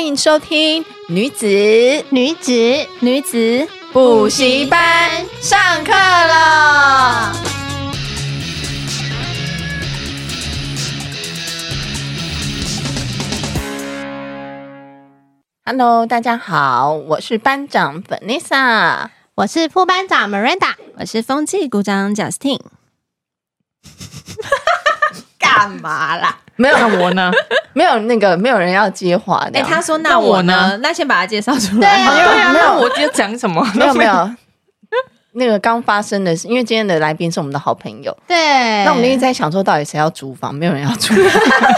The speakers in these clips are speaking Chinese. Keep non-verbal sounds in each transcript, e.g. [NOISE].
迎收听女子女子女子补习班上课了。Hello，大家好，我是班长 Vanessa。我是副班长 Miranda，我是风纪股长 Justin。 [LAUGHS] 干嘛啦？没有我 [LAUGHS] 呢，没有那个没有人要接话的。 [LAUGHS] 哎、他说：“那我那我呢？那先把他介绍出对来。啊， [LAUGHS] 没有那我今天讲什么？ [LAUGHS] 没有没有，那个刚发生的事，因为今天的来宾是我们的好朋友，对，那我们一直在想说，到底谁要租房？没有人要租，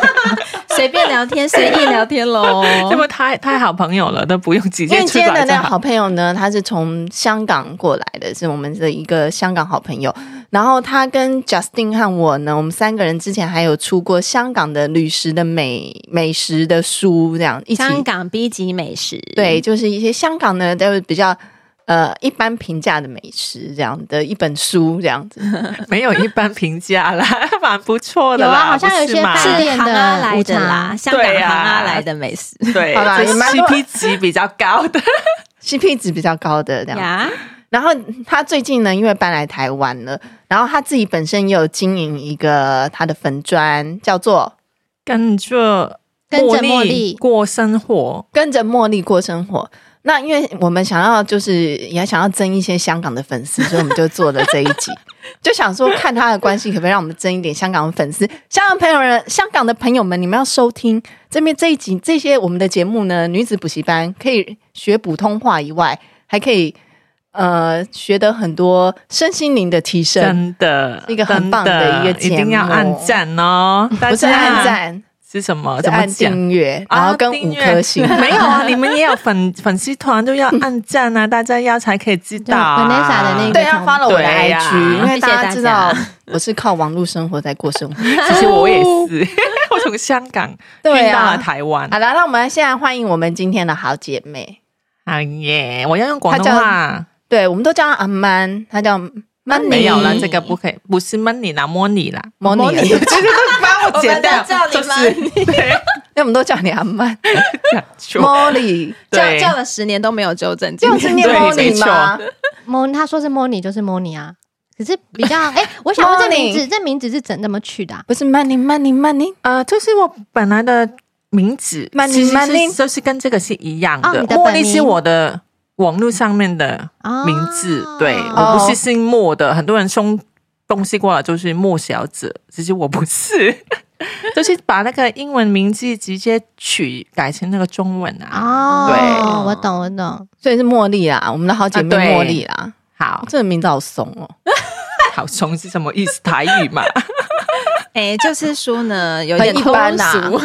[LAUGHS] 随便聊 [LAUGHS] 天，随意聊天喽。这不太太好朋友了，都不用直因为接今去天的来就那个好。好朋友呢，他是从香港过来的，是我们的一个香港好朋友。然后他跟 Justin 和我呢，我们三个人之前还有出过香港的旅食的美美食的书，这样一起香港 B 级美食，对，就是一些香港呢都是比较呃一般平价的美食这样的一本书这样子。没有一般评价啦， [LAUGHS] 蛮不错的有啊啦。好像有不是些吗饭是店行阿的来午的啦，餐香港对行啊阿来的美食对， [LAUGHS] 好啦就是也蛮多 CP 值比较高 [LAUGHS] 的。 CP 值比较高的这样呀。然后他最近呢，因为搬来台湾了，然后他自己本身也有经营一个他的粉砖，叫做跟着跟着茉茉莉过生活， “跟着茉莉过生活”。那因为我们想要就是也想要争一些香港的粉丝，所以我们就做了这一集， [LAUGHS] 就想说看他的关系可不可以让我们争一点香港的粉丝。香港朋友们，香港的朋友们，你们要收听这边这一集这些我们的节目呢，女子补习班可以学普通话以外，还可以呃学得很多身心灵的提升。真的是一个很棒的一个真节目一定要按赞 [LAUGHS] 哦！不不是按赞，是什是么？啊怎么按讲？订阅，然后跟五颗星。啊订阅没有啊，你们也有粉粉丝团就要按赞啊，大家要才可以知道啊。就 Vanessa 的那个 [LAUGHS] 对， [LAUGHS] 要 follow 我的对 IG，、呀因为大家知道谢谢 [LAUGHS] 我是靠网络生活在过生活。 [LAUGHS] 其实我也是，我从香港对运到啊了台湾。 [LAUGHS] 好了，那我们现在欢迎我们今天的好姐妹，哎耶，我要用广东话。对我们都叫她阿曼，她叫 Money，啊没有了，这个不可以，不是 money 啦，money 啦，模拟，就是 [LAUGHS] 帮我剪掉，我们都就叫你是 [LAUGHS] 对，那我们都叫你阿 [LAUGHS] 曼讲错， ，Molly，叫对叫了十年都没有纠正，这样今是天念 [LAUGHS] 对 Molly 吗？莫他说是莫妮就是莫妮啊，可是比 [LAUGHS] 较哎，我想问这名字，这名字是怎怎么取的啊？不是 Money Money Money，呃，就是我本来的名字， Money，其实 Money 是就是跟这个是一样哦的你，的茉本莉是名我的网络上面的哦名字，啊对哦我不是姓莫的，很多人送东西过来就是莫小姐，其实我不是， [LAUGHS] 就是把那个英文名字直接取改成那个中文啊。哦，对我懂我懂，所以是茉莉啦，我们的好姐妹啊对茉莉啦。好这个名字好怂哦，好怂是什么意思？台 [LAUGHS] 语嘛，哎，就是说呢，有很点一通般呐俗，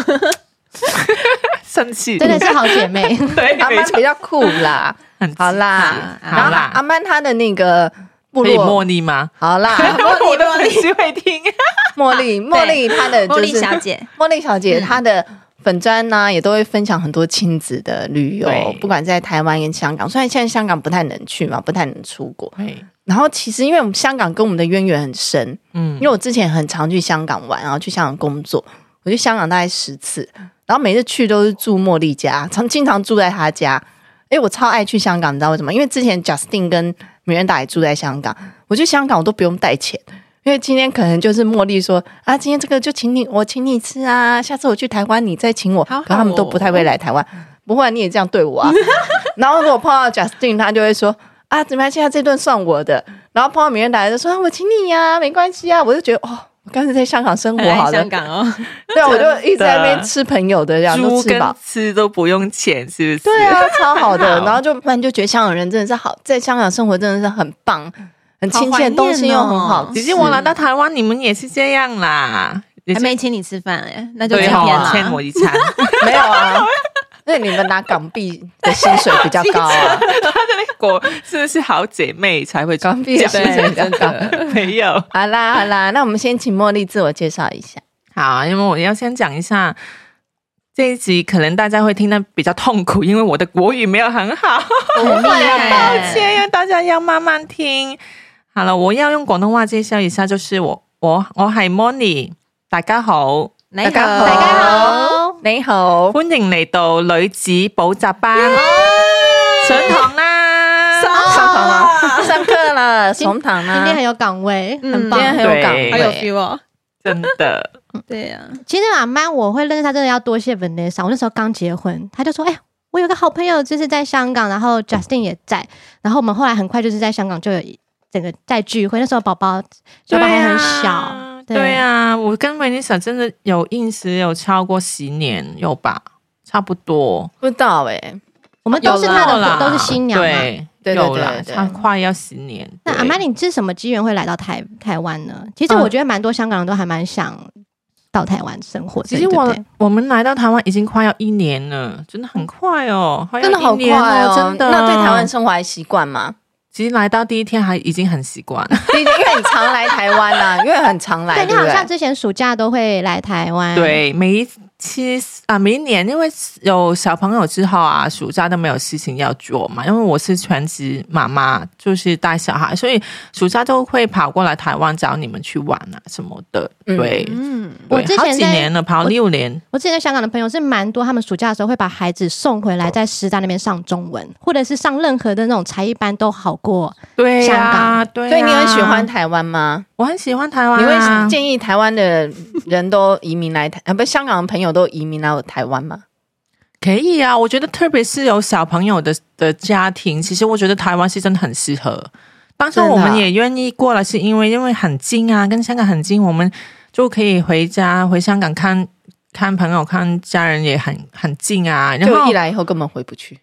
生气真的是好姐妹， [LAUGHS] 对，阿没曼错比较酷啦。很好刺啦激，然后阿好啦，曼她的那个部可以落茉莉吗？好 [LAUGHS] 啦，我的粉丝会听，茉莉，茉莉她的茉就莉是小 [LAUGHS] 姐，茉莉小嗯姐她的粉砖呢，也都会分享很多亲子的旅游对，不管在台湾跟香港。虽然现在香港不太能去嘛，不太能出国。对然后其实因为我们香港跟我们的渊源很深，嗯因，为我之前很常去香港玩，然啊后去香港工作，我去香港大概十次，然后每次去都是住茉莉家，常经常住在她家。诶，我超爱去香港，你知道为什么？因为之前 Justin 跟 Miranda 也住在香港，我去香港我都不用带钱，因为今天可能就是茉莉说啊，今天这个就请你，我请你吃啊，下次我去台湾你再请我，好好哦可他们都不太会来台湾，不会你也这样对我啊。然后如果碰到 Justin，他就会说啊，怎么样？现在这顿算我的。然后碰到别人来就说、啊我请你呀、没关系啊。我就觉得哦，我刚才在香港生很活爱 [LAUGHS] 好了香，港 [LAUGHS] 哦，对啊，我就一直在那边吃朋友的，这样都猪吃跟饱。吃都不用钱，是不是？对啊，超好的。好然后就突然就觉得香港人真的是好，在香港生活真的是很棒，很亲好怀切，念哦东西又很好吃。只是我来到台湾，你们也是这样啦，也还是没请你吃饭哎，那就今对啊天吼啦。欠我一餐， [LAUGHS] 没有啊，那你们拿港币的薪水比较高啊，果是不是好姐妹才会港币的薪水比较高。 [LAUGHS] 没有？好啦好啦，那我们先请茉莉自我介绍一下。好，因为我要先讲一下。这一集可能大家会听得比较痛苦，因为我的国语没有很好，啊很厉 [LAUGHS] 抱害，歉，要大家要慢慢听。好了，我要用广东话介绍一下，就是我我我系 Moni，大家好，大哎家好大家好，你好，欢迎嚟到女子补习班，上堂啦！上堂啊了，上课了，上堂啊今天啦很，有岗位，嗯很今棒。天很有岗对嗯好有位， feel 哦。真的，对啊呀，其实阿曼我会认识他，真的要多谢 Vanessa。我那时候刚结婚，他就说：“哎、我有个好朋友就是在香港，然后 Justin 也在，然后我们后来很快就是在香港就有一整个在聚会。那时候宝宝宝宝还很小，对对啊，我跟 Vanessa 真的有认识有超过十年有吧，差不多，不知道哎，我们都是他有啦的，都是新娘嘛。对，对对有啦，对对差快要十年。那对阿曼，你是什么机缘会来到台台湾呢？其实我觉得蛮多香港人都还蛮想到台湾生活的。其实对不我对我们来到台湾已经快要一年了，真的很快哦，快要真的好一快年哎哦，真的。那对台湾，生活还习惯 [LAUGHS] 吗？其实来到第一天还已经很习惯，因为你常来台湾啦， [LAUGHS] 因为很常来，对你对不好像对？之前暑假都会来台湾，，对，每一期啊，每一年因为有小朋友之后啊，暑假都没有事情要做嘛，因为我是全职妈妈，就是带小孩，所以暑假都会跑过来台湾找你们去玩啊什么的。嗯对，嗯，我对之好前几在年了，跑我六年，我之前在香港的朋友是蛮多，他们暑假的时候会把孩子送回哦来，在师大那边上中文，或者是上任何的那种才艺班都好过。对香呀、港对、啊，所以你很喜欢，台湾吗？我很喜欢台湾、你啊，会建议台湾的人都移民来台，呃，不是香港的朋友都移民来台湾吗？可以啊，我觉得特别是有小朋友的的家庭，其实我觉得台湾是真的很适合。当初真的我们也愿意过来，是因为因为很近啊，跟香港很近，我们就可以回家回香港看看朋友、看家人，也很很近啊。然就后 [LAUGHS] 一来以后根本回不去，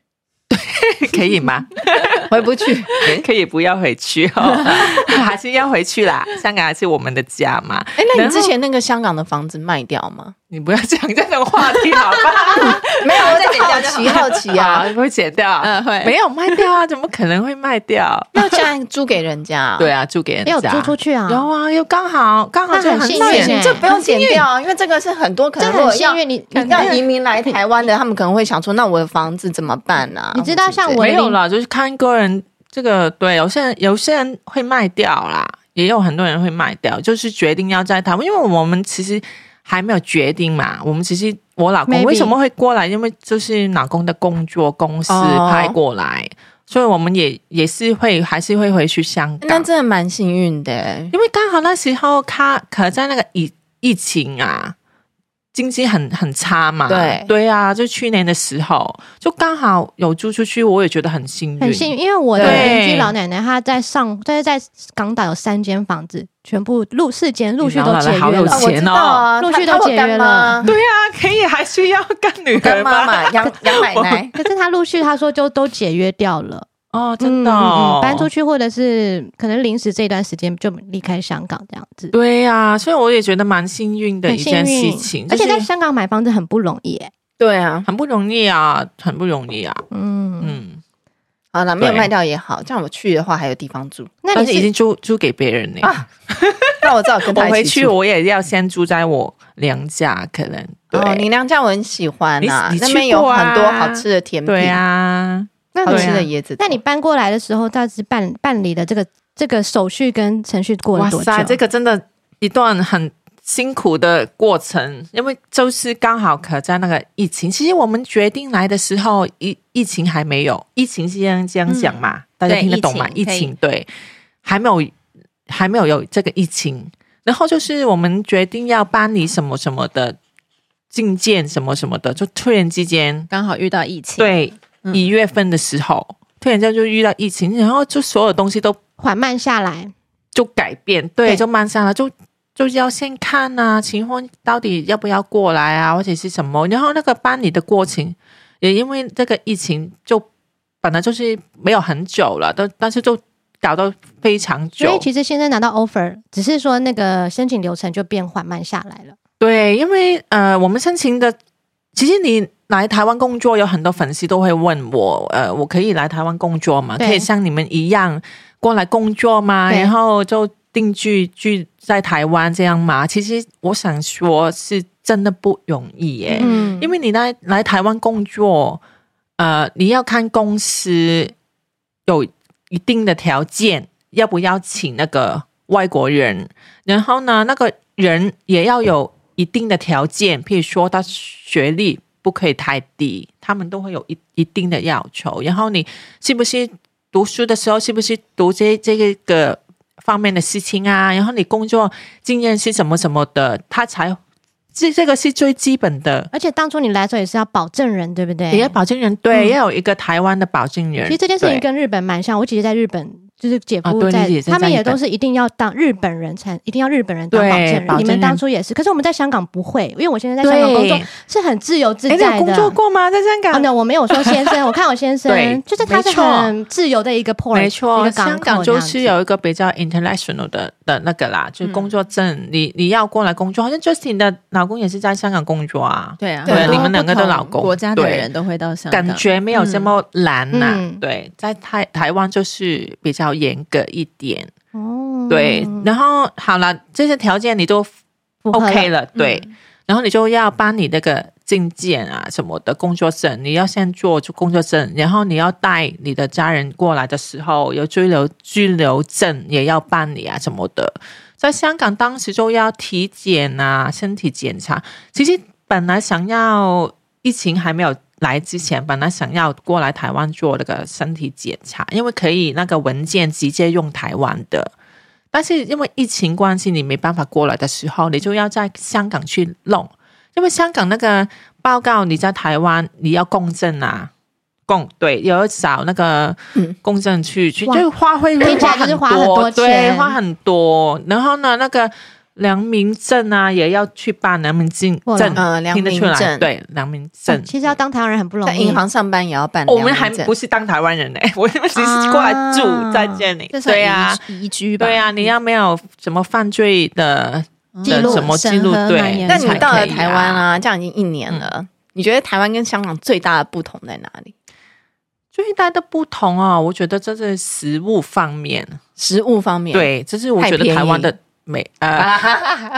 可以 [LAUGHS] 吗？回不 [LAUGHS] 去。可以不要回去 [LAUGHS] 哦，还是要回去啦。香港还是我们的家嘛。哎，那你然后之前那个香港的房子卖掉吗？你不要讲这种话题，好吧？ [LAUGHS] 没有，我再剪就好掉就好奇好奇啊啊。， [LAUGHS] 会剪掉？嗯会没有卖掉啊？怎么可能会卖掉？那现在租给人家啊？对啊，住给人没有家。租出去啊，有啊，又刚好刚好那就很幸幸运那运也欸这不用剪掉啊，因为这个是很多可这能如果很幸要运。你你要移民来台湾的，他们可能会想说，那我的房子怎么办啊？你知道或者像之类我的没有啦，就是看个人这个对，有些人有些人会卖掉啦，也有很多人会卖掉，就是决定要在台湾，因为我们其实还没有决定嘛，我们其实。我老公 Maybe 为什么会过来？因为就是老公的工作公司哦派过来所以我们也也是会还是会回去香那港，真的蛮幸运的欸。因为刚好那时候他可在那个疫疫情啊，经济很很差嘛，对对啊，就去年的时候，就刚好有租出去，我也觉得很幸运，很幸运，因为我的对邻居老奶奶她在上，就是在港岛有三间房子，全部陆四间陆续都你老解奶奶好约有了啊，钱哦我知道啊，陆他续他都有解约干妈了，对啊，可以还需要干女干儿妈吗？嘛，杨杨奶奶。 [LAUGHS] 可是她陆续她说就都解约掉了，哦，真的、哦嗯嗯嗯搬出。去或者是可能临时这段时间就离开香港这样子。对啊，所以我也觉得蛮幸运的很一幸件运，事情，嗯而且在就是香港买房子很不容易、欸，对啊，很不容易啊，很不容易啊，嗯，嗯，好了，没有对卖掉也好，这样我去的话还有地方住。那但你是是已经租租给别人呢、啊那我只好跟我他回一起去住。我也要先住在我娘家，可能对、哦，你娘家我很喜欢啊你，你去那边有过啊很多好吃的甜对品，啊，那好你吃对啊的椰子。那你搬过来的时候，到底是办办理的这个这个手续跟程序过了哇多塞，久？这个真的一段很辛苦的过程，因为就是刚好可在那个疫情。其实我们决定来的时候，疫疫情还没有，疫情是这样这样讲嘛，大家嗯对听得懂吗？疫疫情情对，还没有还没有有这个疫情，然后就是我们决定要搬离什么什么的进件什么什么的，就突然之间刚好遇到疫情，对嗯一月份的时候，突然间就遇到疫情，然后就所有东西都缓慢下来，就改变，对，对就慢下来，就就要先看啊，情况到底要不要过来啊，或者是什么。然后那个搬离的过程，也因为这个疫情，就本来就是没有很久了，但但是就搞到非常久所以。其实现在拿到 offer，只是说那个申请流程就变缓慢下来了。对，因为呃，我们申请的，其实你来台湾工作，有很多粉丝都会问我，呃，我可以来台湾工作吗？对可以像你们一样过来工作吗？对然后就定居居在台湾这样吗？其实我想说，是真的不容易耶，嗯，因为你来来台湾工作，呃，你要看公司有一定的条件，要不要请那个外国人，然后呢，那个人也要有一定的条件，譬如说他学历不可以太低，他们都会有一一定的要求。然后你是不是读书的时候，是不是读这这个方面的事情啊？然后你工作经验是什么什么的，他才这这个是最基本的。而且当初你来的时候也是要保证人，对不对？也要保证人，哎对，嗯要有一个台湾的保证人。其实这件事情对跟日本蛮像，我姐姐在日本。就是姐啊夫对在，你姐姐在他们也日本都是一定要当日本人才，一定要日本人当对保证人。保你证们人当初也是，可是我们在香港不会，因为我现在在香港工对，作是很自由自哎，你在有工的。作过吗？在香哦，港？那我没有说先 [LAUGHS] 生，我看我先啊对生，就是他是没错很自由的一个 port，没错，一个香港港口就那样是子嗯有一个比较 international 的的那个啦，就是工作证，你你要过来工作，好像 Justin 的老公也是在香港工作啊，对啊，对很多你们两个都不同老公国家的对人都会到香港，感觉没有这么难呐、嗯对，在台台湾就是比较严格一点，哦，对。然后好了，这些条件你都符合 OK 了，嗯了，对。然后你就要帮你那个证件啊什么的工作证，你要先做出工作证，然后你要带你的家人过来的时候，有居留居留证也要办理啊什么的。在香港当时就要体检啊，身体检查。其实本来想要疫情还没有来之前，本来想要过来台湾做那个身体检查，因为可以那个文件直接用台湾的。但是因为疫情关系，你没办法过来的时候，你就要在香港去弄，因为香港那个报告你在台湾你要公证啊，公对，也要找那个嗯公证去、去，哇就是花会听起来就是花很多对，钱花很多。然后呢，那个良民证啊，也要去办良民证哇证，呃良听民得出来，证对，哎良民哦证。其实要当台湾人很不容在易，银行上班也要办良哦我民证，们还不是当台湾人呢、 [LAUGHS] 我们只是过来住在这里，这算对啊，移移居吧，对啊，你要没有什么犯罪的嗯记录什么记录审核对蛮严那格你的到才了可以台湾啊，这样已经一年嗯了，你觉得台湾跟香港最大的不同在哪里？最大的不同啊、我觉得这是食物方面，食物方面，，对，这是我觉太得便宜台湾的美呃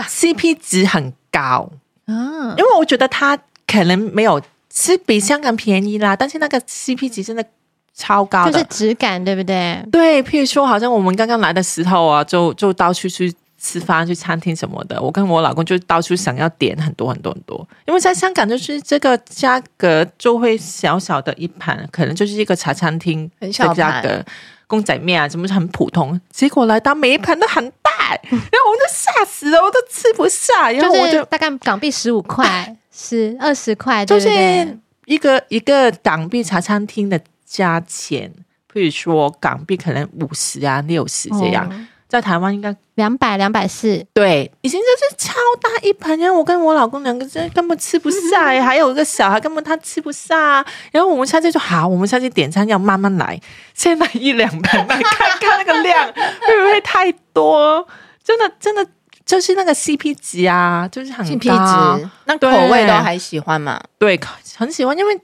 CP 值很高，啊因，为我觉得它可能没有是比香港便宜啦，但是那个 CP 值真的超高的，哎就是质感，对不对？对，譬如说，好像我们刚刚来的时候啊，就就到处去吃饭、去餐厅什么的。我跟我老公就到处想要点很多很多很多，因为在香港就是这个价格就会小小的一盘，可能就是一个茶餐厅很小的价盘格，公仔面啊，什么很普通。结果来到每一盘都很大，欸然后我就吓死了，我都吃不下，然后就我是就大概港币十 [LAUGHS] 五块、十二十块，就对不对是一个一个港币茶餐厅的价钱。譬如说港币可能五十啊六十这样，在台湾应该哦两百、两百四，对，已经就是超大一盆，然后我跟我老公两个真根本吃不下、 [LAUGHS] 还有一个小孩根本他吃不下、然后我们下次就好，我们下次点餐要慢慢来，先买一两盆来看看那个量会不会太多，真的真的就是那个 CP 值啊，就是很啊性皮高质，那口味都还喜欢嘛？对，很喜欢，因为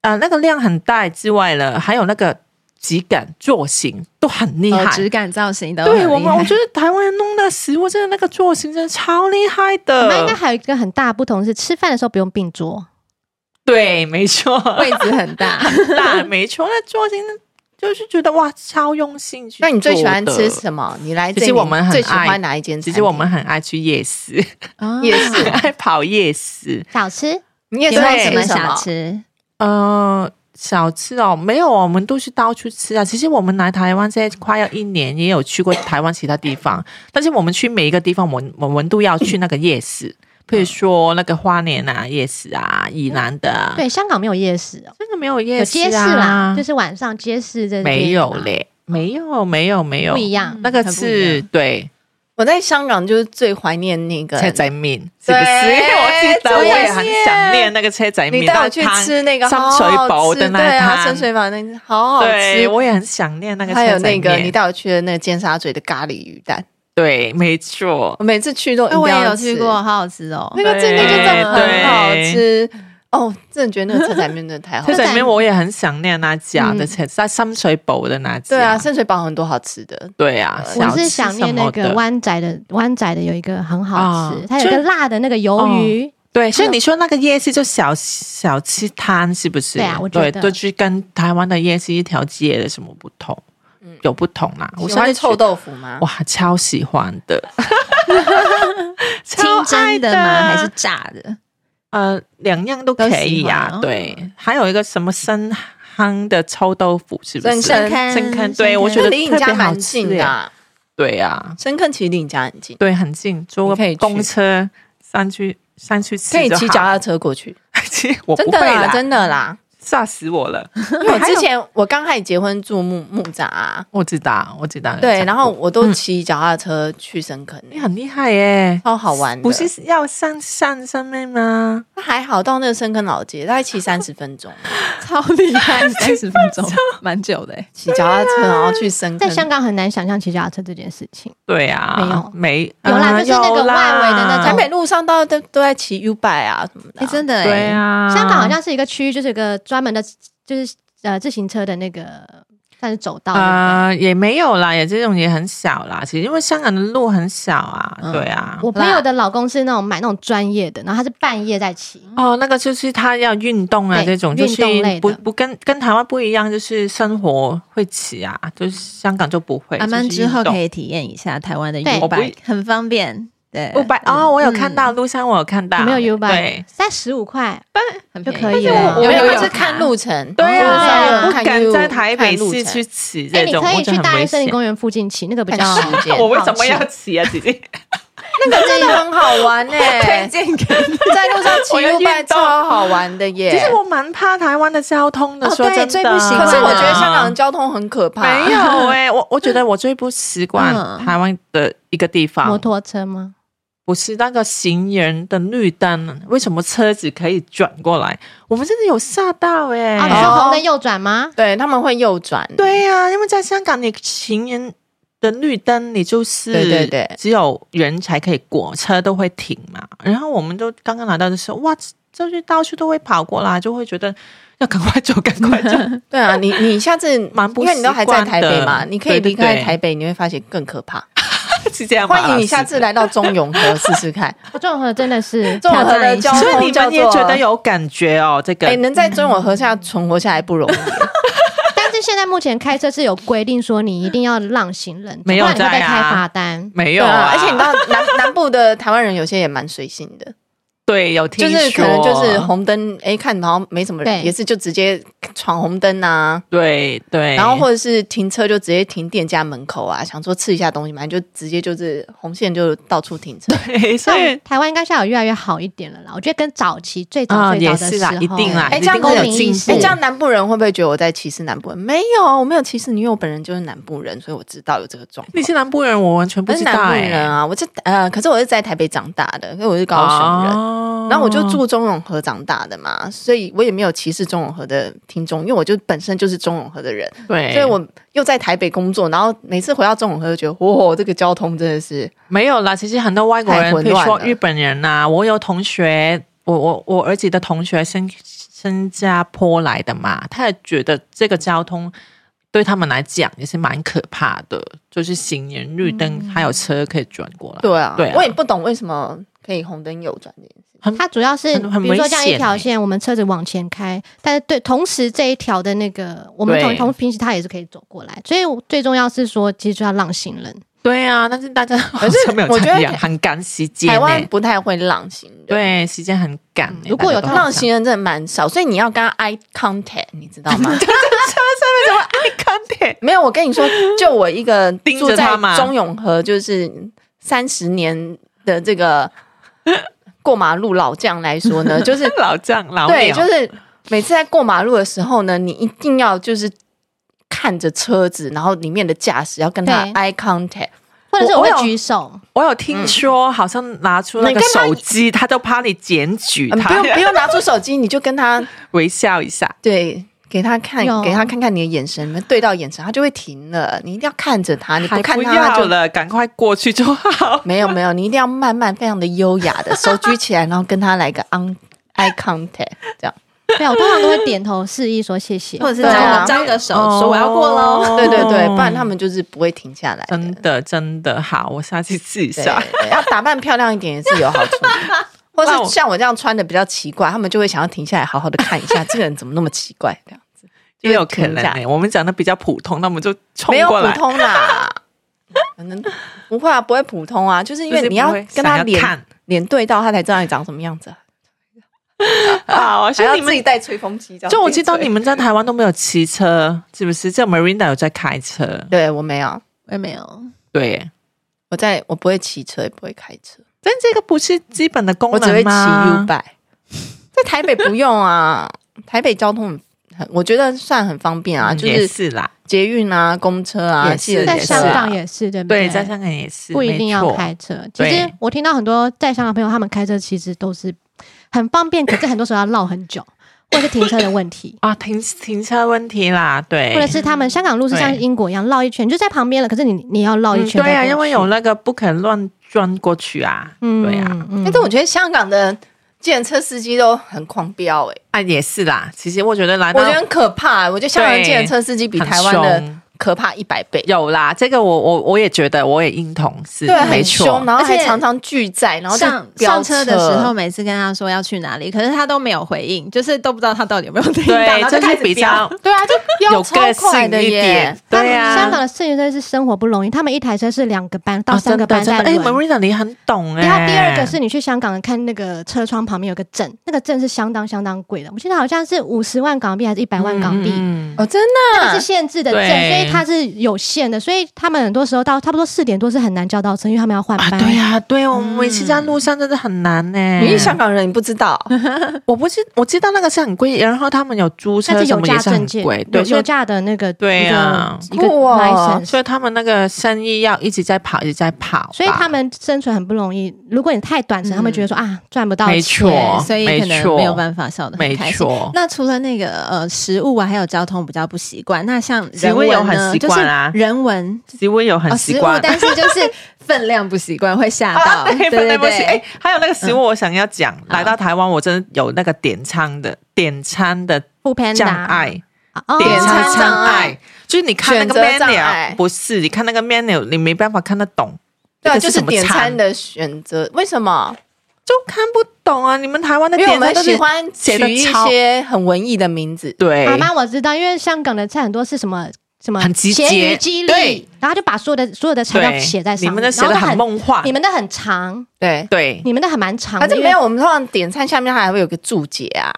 呃那个量很大之外了，还有那个质感、造型都很厉害，哦质感造型的，对我们，我觉得台湾弄的食物真的那个做型真的超厉害那应该的，还有一个很大的不同是，吃饭的时候不用并桌，对，没错，位置很 [LAUGHS] 大，大没错，那做型就是觉得哇，超用心去做那的。你最喜欢吃什么？你来这其里实我们很最喜爱欢哪一间餐其厅？实我们很爱去夜市，啊夜 [LAUGHS] 市很爱跑夜市。哦小吃你也你知道会什么吃什小么？吃？呃，小吃哦，没有，我们都是到处吃啊。其实我们来台湾现在快要一年，也有去过台湾其他地方，但是我们去每一个地方，我们我们都要去那个夜市，譬如说那个花莲啊夜市啊，宜兰的啊，对，香港没有夜市哦，真的没有夜有市、啊、街市啦，就是晚上街市这没有嘞，没有，没有，没有不，一样。那个很不一是样对我在香港就是最怀念那个车仔面，是对不是？我记得我我也也很是想念那个车仔面，你带那我个去汤吃那个深好水好埗吃的那对一啊，摊深水埗那个好好对，吃。我也很想念那个车还有仔面，那个你带我去的那个尖沙咀的咖喱鱼蛋，对，没错，我每次去都一哎，啊定我也要有吃去过，，好好吃哦那。个真的就真的很好对吃哦，真的觉得那个车仔面真的太 [LAUGHS] 好车吃。仔面我也很想念那家的嗯车，在深水埗的那家，对啊，，深水埗很多好吃的，对啊，我小吃是想念什那么个的湾仔的，湾仔的有一个很好吃，啊它有一个辣的那个鱿鱼，对，哎所以你说那个夜市就小小吃摊是不是？对啊我觉得对，就是跟台湾的夜市一条街的什么不同？有不同啦。我嗯喜现在欢觉臭豆腐吗？哇，超喜欢 [LAUGHS] 的，清超爱蒸的的吗？还是炸的？呃两样都都可以喜呀、欢哦对，还有一个什么生夯的臭豆腐，是不是？生坑生坑，生对坑我觉得离你特家别好蛮近吃的耶啊，对呀、深坑其实离你家很近，对，很近，坐你可以个去公车上去上去吃可以就骑好脚踏车过去， [LAUGHS] 其实我真不的会啦，啦，真的 [LAUGHS] 啦。吓死我 [LAUGHS] 了！因为我之前我刚开始结婚住木木栅啊，我知道，我知道。对，然后我都嗯骑脚踏车去深坑，你很厉害耶，超好玩的。不是要上上上面吗？还好到那个深坑老街，大概骑三十分钟，超厉害，三十分钟，蛮久的欸。骑脚踏车然后去嗯深坑。在香港很难想象骑脚踏车这件事情。对呀，没有没有啦啊就是那个有啦外围的那啊台种北路上到都都在骑 U bike 啊什么的啊、哎，真的对哎，啊呀，香港好像是一个区域，就是一个专门的，就是呃自行车的那个算是走道。对呃也没有啦，也这种也很小啦。其实因为香港的路很小啊，嗯对啊不对。我朋友的老公是那种买那种专业的，然后他是半夜在骑。哦，那个就是他要运动啊，这对种运就动是类的不不跟跟台湾不一样，就是生活会起啊，就是香港就不会。阿曼之后可以以体验一下台湾的 U 对我不 bike，很方便，对五百哦，我有看到路上我有看到，嗯有没有 U 对 bike，才十五块，很就便宜可以对了我有没没有有看是看路程？对啊我啊，有不看敢路在台北看路市程去骑哎、这你种，可我就以去很大危安森林险。公园附近骑，那个比看较时间 [LAUGHS] 我为什么好要骑骑啊，姐 [LAUGHS] 姐？那个真的很好玩呢、 [LAUGHS] 荐给你。在路上骑我要 U 运 bike 动超好玩的耶。其实我蛮怕台湾的交通的，哦说对真的，最不习惯可是我觉得啊香港 [LAUGHS] 的交通很可怕。没有哎、我我觉得我最不习惯嗯台湾的一个地摩方，托车吗？不是那个行人的绿灯，为什么车子可以转过来？我们真的有吓到哎、啊，你说红灯右转吗？ [LAUGHS] 对他们会右转。对呀、因为在香港，你行人的绿灯，你就是对对对只有人才可以过，车都会停嘛。然后我们就刚刚来到的时候，哇，就是到处都会跑过来，就会觉得要赶快走，赶快 [LAUGHS] 走。对啊，你你下次蛮不因为你都还在台北嘛，习惯的你可以离开对对对台北，你会发现更可怕。是这样吗？欢迎你下老次来到中永和试试看，我综合真的是中永和的挑战一交下师。所以通你叫们也做觉得有感觉哦，这个哎，能在中永和下存活下来不容易。 [LAUGHS] 但是现在目前开车是有规定说你一定要让行人走，没有不然你会在被开啊罚单。没对有啊，而且你知到道南 [LAUGHS] 南部的台湾人有些也蛮随性的，对有听就说，啊是可能就是红灯，哎，看好像没什么人，对也是就直接闯红灯啊，对对，然后或者是停车就直接停店家门口啊，想说吃一下东西嘛，你就直接就是红线就到处停车。对， [LAUGHS] 所那以台湾应该现在有越来越好一点了啦。我觉得跟早期最早啊最早也的是时啦候，，一定啦，哎一这样定会有公民进意步识哎、是这样南部人会不会觉得我在歧视南部人？没有，我没有歧视你，因为我本人就是南部人，所以我知道有这个状你况。是南部人，我完全不我是知道南部哎、人啊，我是呃，可是我是在台北长大的，因为我是高雄人，哦然后我就住中永和长大的嘛，所以我也没有歧视中永和的听众，因为我就本身就是中永和的人，对，所以我又在台北工作，然后每次回到中永和就觉得，哇，这个交通真的是没有啦。其实很多外国太人，混比如乱说了日本人呐、我有同学，我我我儿子的同学新新加坡来的嘛，他也觉得这个交通对他们来讲也是蛮可怕的，就是行人绿灯、还有车可以转过来，嗯对啊，对啊我也不懂为什么可以红灯右转这件事。它主要是很很比如说这样危一险条欸线，我们车子往前开，但是对，同时这一条的那个，我们对同同平时它也是可以走过来。所以我最重要是说，其实就要让行人。对啊，但是大家好是像没有我觉参得与啊很赶时间、台欸，湾嗯不太会浪行人。对时间很赶、欸如果有大家都浪行人真的蛮少，所以你要跟他 eye contact，你知道 [LAUGHS] 吗？ [LAUGHS] 看点，没有，我跟你说，就我一个盯住着在他嘛中永和，就是三十年的这个过马路老将来说 [LAUGHS] 呢，就是老将老对，鸟，就是每次在过马路的时候呢，你一定要就是看着车子，然后里面的驾驶要跟他对 eye contact。或者是我我我有会举手，我有听说，好像拿出那嗯你个干嘛手机，他就怕你检举嗯不他用，不用拿出手机，你就跟他 [LAUGHS] 微笑一下。对，给他看有，给他看看你的眼神，你们对到眼神，他就会停了。你一定要看着他，你还不看不他，他要就了，赶快过去就好。没有没有，你一定要慢慢，非常的优雅的手举起来，然后跟他来个 on eye contact，这样。对啊，我通常都会点头示意说谢谢。或者是对啊招个招个手，说我要过喽。对对对，不然他们就是不会停下来的。哦 [LAUGHS] 真的真的好，我下次试一对，下。对要打扮漂亮一点也是有 [LAUGHS] 好处的。或那我 [LAUGHS] 是像我这样穿的比较奇怪，他们就会想要停下来好好的看一下，这个人怎么那么奇怪这样。也有可能就会停呢、下我们讲的比较普通，那我们就冲没有过普来，通啦，可能不会啊，不会普通啊，就是因为你要跟他就是不会脸想要看 [LAUGHS] 脸对到，他才知道你长什么样子啊，啊！我还说要你自们己带吹风机这样。就我知道你们在台湾都没有骑车，是不是？只有 Marina 有在开车，对我没有，我也没有。对。我在我不会骑车，也不会开车，但这个不是基本的功我只会能骑吗 U？拜。在台北不用啊， [LAUGHS] 台北交通很很，我觉得算很方便啊，嗯就也是是啦，捷运啊、公车啊、也汽车是在也香是港也是对不对，对？在香港也是，不一定没要错开车。其实对，我听到很多在香港朋友，他们开车其实都是很方便，可是很多时候要绕很久，或者是停车的问题啊，停停车问题啦，对，或者是他们香港路是像对英国一样绕一圈，就在旁边了，可是你你要绕一圈嗯再对过啊，去、因为有那个不肯乱钻过去啊，嗯，对啊，嗯哎但我觉得香港的计程车司机都很狂飙哎、啊也是啦。其实我觉得来到我觉得很可怕、欸我觉得香港的计程车司机比台湾很的凶可怕一百倍。有啦，这个我我我也觉得，我也认同是，对，没很错凶，，然后还而且常常拒载，然后就上飙上车的时候，，每次跟他说要去哪里，可是他都没有回应，就是都不知道他到底有没有听到，然对，后就这开是始比飙较对啊，就飙有超个快性的一耶点，。对啊，香港的摄影师是生活不容易，他们一台车是两个班到哦三个班真在的真轮。的哎，Marina 你很懂哎。然后第二个是你去香港看那个车窗旁边有个证，那个证是相当相当贵的，我记得好像是五十万港币还是一百万港币，嗯嗯嗯哦，真它的是限制的证，对所以它是有限的，所以他们很多时候到差不多四点多是很难叫到车，因为他们要换啊，班。对呀，对哦，我们每次在路上真的很难哎呢。你是香港人，你不知 [LAUGHS] 道，我不知我知道那个是很贵，然后他们有租但车是什有么价也是证很件，贵，有对，所有以价的那个对啊呀一个一个酷哦 license，所以他们那个生意要一直在跑，一直在跑，所以他。们生存很不容易。如果你太短程，嗯他们觉得说啊赚不到没钱，错所以可没能错没有办法笑得没很开心。错，那除了那个呃食物啊，还有交通比较不习惯。那像食人物有文很呢，习惯啊就是人文其实我有很哦习食物惯，， [LAUGHS] 但是就是分量不习惯，会吓到。对本来对不行。 [LAUGHS] 哎对，，还有那个食嗯物，我想要讲，来好到台湾，我真的有那个点餐的点餐的不 p a 障碍，哦，点餐啊餐障障碍碍，就是你看那个选择障碍 menu，不是你看那个 menu，你没办法看得懂。对啊，就这个是是什么点餐餐的选择，为什么？就看不懂啊！你们台湾的因为我点餐们都是喜欢取写得一超些很文艺的名字，对妈妈我知道，因为香港的菜很多是什么什么很直接咸鱼鸡对粒，然后就把所有的所有的材料对，写在上你面，们的写的然后都很很，梦幻你，们的很长，对。对你们的很蛮长的，反正因没为有，我们通常点餐下面它还会有个注解啊，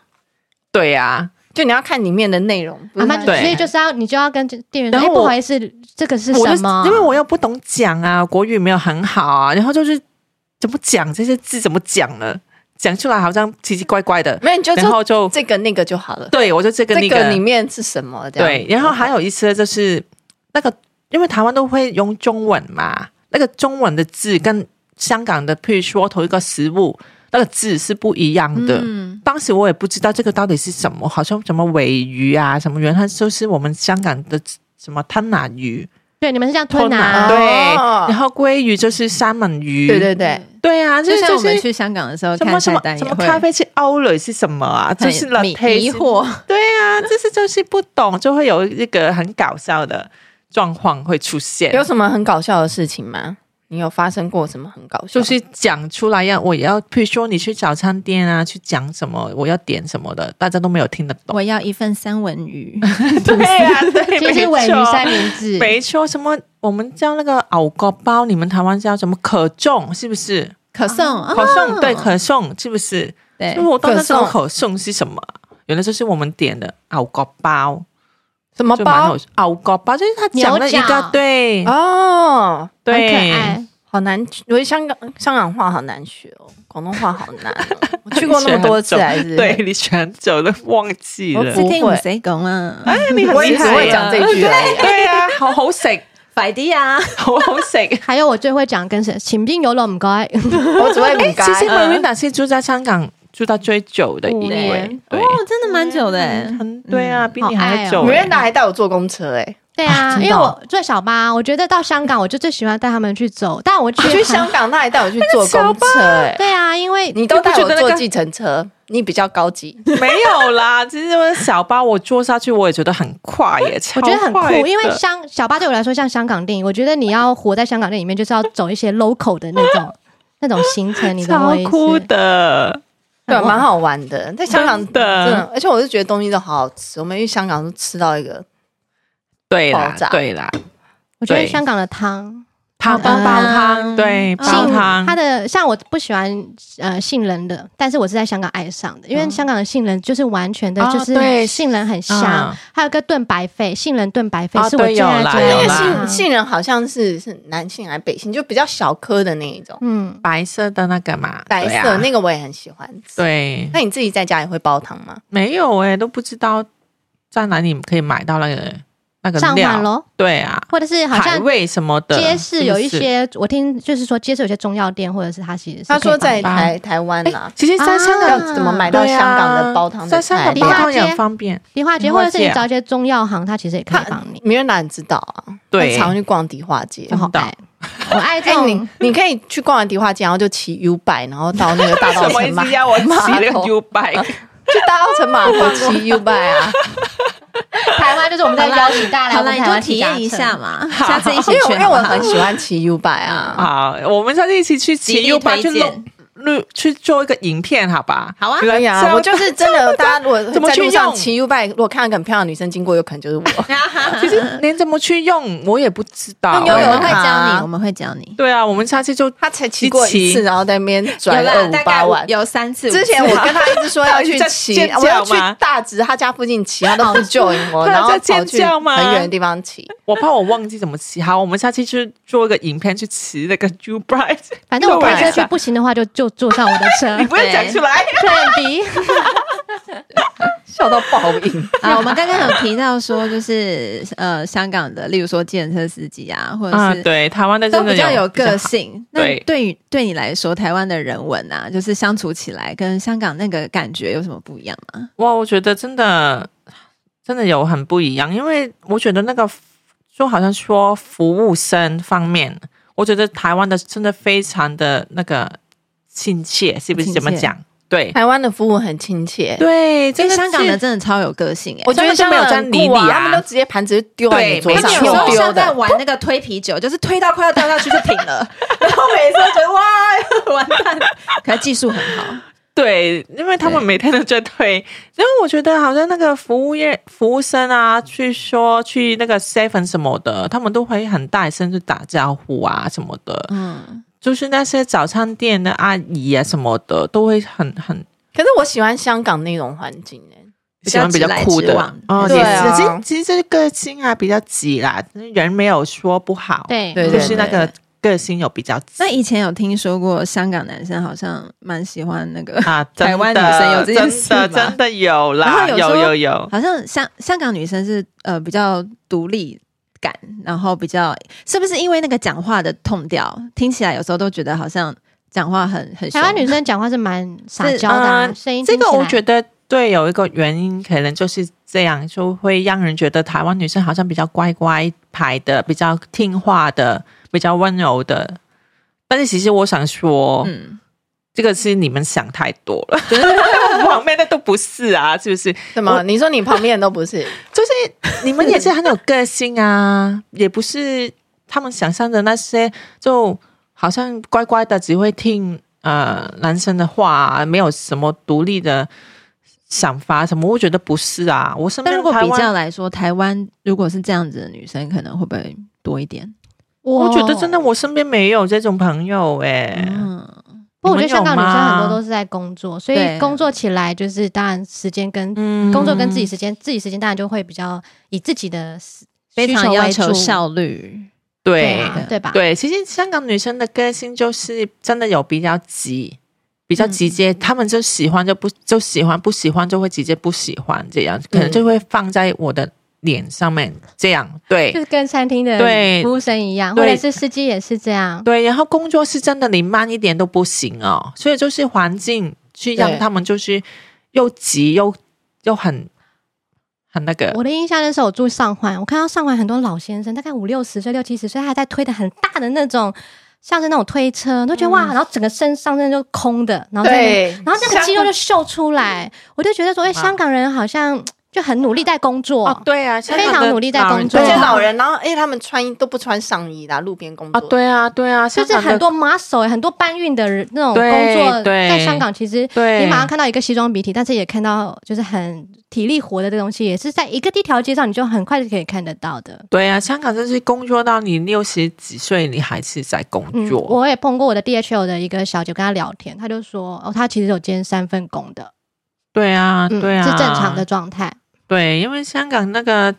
对啊，就你要看里面的内容。不阿是妈它就对啊所以就是要你就要跟店员说，然哎、后不我好意思，这个是我就什么？因为我又不懂讲啊，国语没有很好啊，然后就是怎么讲这些字怎么讲呢？讲出来好像奇奇怪怪的，没有，你就然后就就这个那个就好了。对我就这个那这个个里面是什么？这样对，然后还有一次就是那个，因为台湾都会用中文嘛，那个中文的字跟香港的，譬如说同一个食物，那个字是不一样的。嗯，当时我也不知道这个到底是什么，好像什么尾鱼啊，什么原来就是我们香港的什么吞拿鱼，对你们是这样吞拿拿，对，哦然后鲑鱼就是三文鱼，对对对，对啊，就这像就我们是。去香港的时候什看么什菜么单什也么会咖啡是欧蕾是什么啊？就很是迷 latte 迷是惑。对啊，这是就是不懂，就会有一个很搞笑的状况会出现，有什么很搞笑的事情吗？你有发生过什么很搞笑？就是讲出来要我要，譬如说你去早餐店啊，去讲什么，我要点什么的，大家都没有听得 [LAUGHS] 懂。我要一份三文鱼，对啊，对， [LAUGHS] 其实是尾没鱼错三明治，没错，什么我们叫那个熬锅包，你们台湾叫什么可颂，是不是？可颂，可颂、哦对，可颂是不是？对因为，我当时可颂说可颂是什么，原来就是我们点的熬锅包，什么就蛮哦包好熬锅包，就是他讲了一牛角个对哦，很 [LAUGHS] 可对， [LAUGHS] 爱。好难，我觉得香港香港话好难学哦，广东话好难哦。 [LAUGHS] 我去过那么多次，还是对，你选走了，忘记了。不是会听我谁讲啊？哎，你很我也厉只害会啊讲这句而已。对啊，好好食，快啲啊！好好食。还有我最会讲跟谁，前进游龙唔该，我只会啊哎，饼其实干。 Marina 是住在香港住到最久的一五位年，对，哦，真的蛮久的欸，很对啊，比你还要久好你欸。们那还带我坐公车哎， [LAUGHS] 对啊啊，真因的为哦我最小吧，我觉得到香港我就最喜欢带他们去走，但我去我去香，港，他还带我去坐公车哎。 [LAUGHS] 对啊，因为你都带你不觉我得那坐个计程车，你比较高 [LAUGHS] 级。没有啦，其实我小巴我坐下去，我也觉得很快耶，我我觉得很酷，因为香小巴对我来说像香港电影，我觉得你要活在香港电影里面，就是要走一些 local 的那种那种行程，你懂我超意酷思？的。对，啊很蛮好玩的。在香港真的真的，而且我是觉得东西都好好吃。我们去香港都吃到一个，对爆啦炸，对啦，我觉得对香港的汤，汤煲煲汤汤，对，杏煲汤它，的像我不喜欢呃杏仁的，但是我是在香港爱上的，因为香港的杏仁就是完全的嗯哦就是对杏仁很香嗯，还有一个炖白肺，杏仁炖白肺哦是我对最爱有啦最那爱个有的啦啊杏汤。杏仁好像是是南杏还是北杏，就比较小颗的那一种，嗯，白色的那个嘛，白对啊色那个我也很喜欢吃。对，那你自己在家里会煲汤吗？没有哎，都不知道在哪里可以买到那个那个上饭料，喽，对啊，或者是好海像味什么的，街市有一是不是。些，我听就是说街市有些中药店，或者是它其实是他说可在以帮你帮台台湾啦哎，，其实，在香啊要港怎么买到对啊香港的煲汤的在香材港料煲？汤也料很方便。迪化街，迪或化者是你街啊找一些中药行，它其实也可以帮你。没人哪里知道啊？对我常去逛迪化街我。好爱，我爱这 [LAUGHS] 哎，你种。你可以去逛完迪化街，然后就骑 U 拜，然后到那个大为道 [LAUGHS] 什么城一码，直要我骑那码个头 U bike？ [LAUGHS] 去大稻城码头骑 U 拜啊？台湾就是我们在邀请大好家来，我了，们你台就湾体骑脚踏验一车下。嘛，下次 [LAUGHS] 一起因为去因为 [LAUGHS] 好不我好很喜欢骑 U 拜 [LAUGHS] 啊。好，我们下次一起去极骑力 U bike 去推录荐录去做一个影片，好吧？好啊对可以这啊，样我就是真的，大家如果怎么在去路上用骑 U 拜，如果看到一个很漂亮的女生经过，有可能就是我。 [LAUGHS] [LAUGHS] 其实连怎么去用我也不知道。用悠我游们会卡教你，我们会教你。对啊，我们下次就她才骑过一次，然后在那边有转啦二五大概八万。有三次。之前我跟她一直说要去在骑尖，叫我要去吗大直她家附近骑，她都不救应我，她有然后在跑尖去叫吗很远的地方骑。我怕我忘记怎么骑。好，我们下次去做一个影片去骑那个 U bike。反正我开车去去，不行的话，就就坐上我的车 [LAUGHS] 你不要讲出来。 ，Plan B。笑到爆音。 [LAUGHS] 啊，我们刚刚有提到说，就是呃，香港的，例如说计程车司机啊，或者啊，是、对，台湾的都真的比较有比个较性。那较好对对于对你来说，台湾的人文啊，就是相处起来跟香港那个感觉有什么不一样吗？哇，我觉得真的真的有很不一样，因为我觉得那个就好像说服务生方面，我觉得台湾的真的非常的那个亲切，是不是亲怎么切讲？对台湾的服务很亲切，对，真因的为香港的是真的超有个性哎、我觉得他们就没有香港在很理酷啊你啊他们都直接盘子就丢在你对桌没上，错用有丢像在的。玩那个推啤酒，就是推到快要掉下去就停了， [LAUGHS] 然后每次都觉得哇完蛋，可是技术很好，对，因为他们对每天都在推，因为我觉得好像那个服务业服务生啊，去说去那个 seven 什么的，他们都会很大声去打招呼啊什么的，嗯，就是那些早餐店的阿姨啊什么的，都会很很可是我喜欢香港那种环境欸比喜较欢比较直来酷直的往哦，对也啊是，其实其实这个个性啊比较急啦，人没有说不好，，对对就是那个个性有比较急那以前有听说过香港男生好像蛮喜欢那个，啊，台真湾的女生有这件事真的吗真的有然后啦，有有时候有有，好像香香港女生是呃比较独立感，然后比较是不是因为那个讲话的痛调，听起来有时候都觉得好像讲话很很台湾凶女生讲话是蛮撒娇的啊，嗯声音这个我觉得得对有一个原因，可能就是这样，就会让人觉得台湾女生好像比较乖乖牌的，比较听话的，比较温柔的。但是其实我想说，嗯，这个是你们想太多了， [LAUGHS] 旁边的都不是啊，是不是？什么？你说你旁边人都不是？就是你们也是很有个性啊， [LAUGHS] 也不是他们想象的那些，就好像乖乖的只会听呃男生的话、啊，没有什么独立的想法什么。我觉得不是啊，我身但边如果台比湾较来说，台湾如果是这样子的女生，可能会不会多一点？我我觉哦得真的，我身边没有这种朋友哎、嗯，不过我你们觉得有香港女生吗很多都是在工作，所以对工作起来就是当然时间跟嗯工作跟自己时间，自己时间当然就会比较以自己的需非常求要为求主效率，对对啊对吧？对，其实香港女生的个性就是真的有比较急，比较嗯直接，她、们就喜欢就不就喜欢，不喜欢就会直接不喜欢，这样可能就会放在我的脸上面，这样对就是跟餐厅的对服务生一样，或对者是司机也是这样。对。然后工作是真的，你慢一点都不行哦，所以就是环境去让对他们就是又急又又很很那个，我的印象那时候我住上环，我看到上环很多老先生，大概五六十岁、六七十岁，他还在推的很大的那种，像是那种推车，都嗯觉得哇，然后整个身上身就空的，然后在那边对，嗯然后那个肌肉就秀出来，我就觉得说，哎、哇香港人好像就很努力在工作，啊哦，对啊，香非港常的努力在老工人作而对且啊老人，然后哎，他们穿都不穿上衣啦，路边工啊，作。对啊，对啊，就香是港的很多 muscle 很多搬运的人那种对工作，对在香港其实对，你马上看到一个西装笔挺，但是也看到就是很体力活的这东西，也是在一个一条街上，你就很快就可以看得到的。对啊，香港就是工作到你六十几岁，你还是在工嗯，作。我也碰过我的 DHL 的一个小姐，跟她聊天，她就说，哦，她其实有兼三份工的，对啊，嗯，对啊，是正常的。状态。对，因为香港那个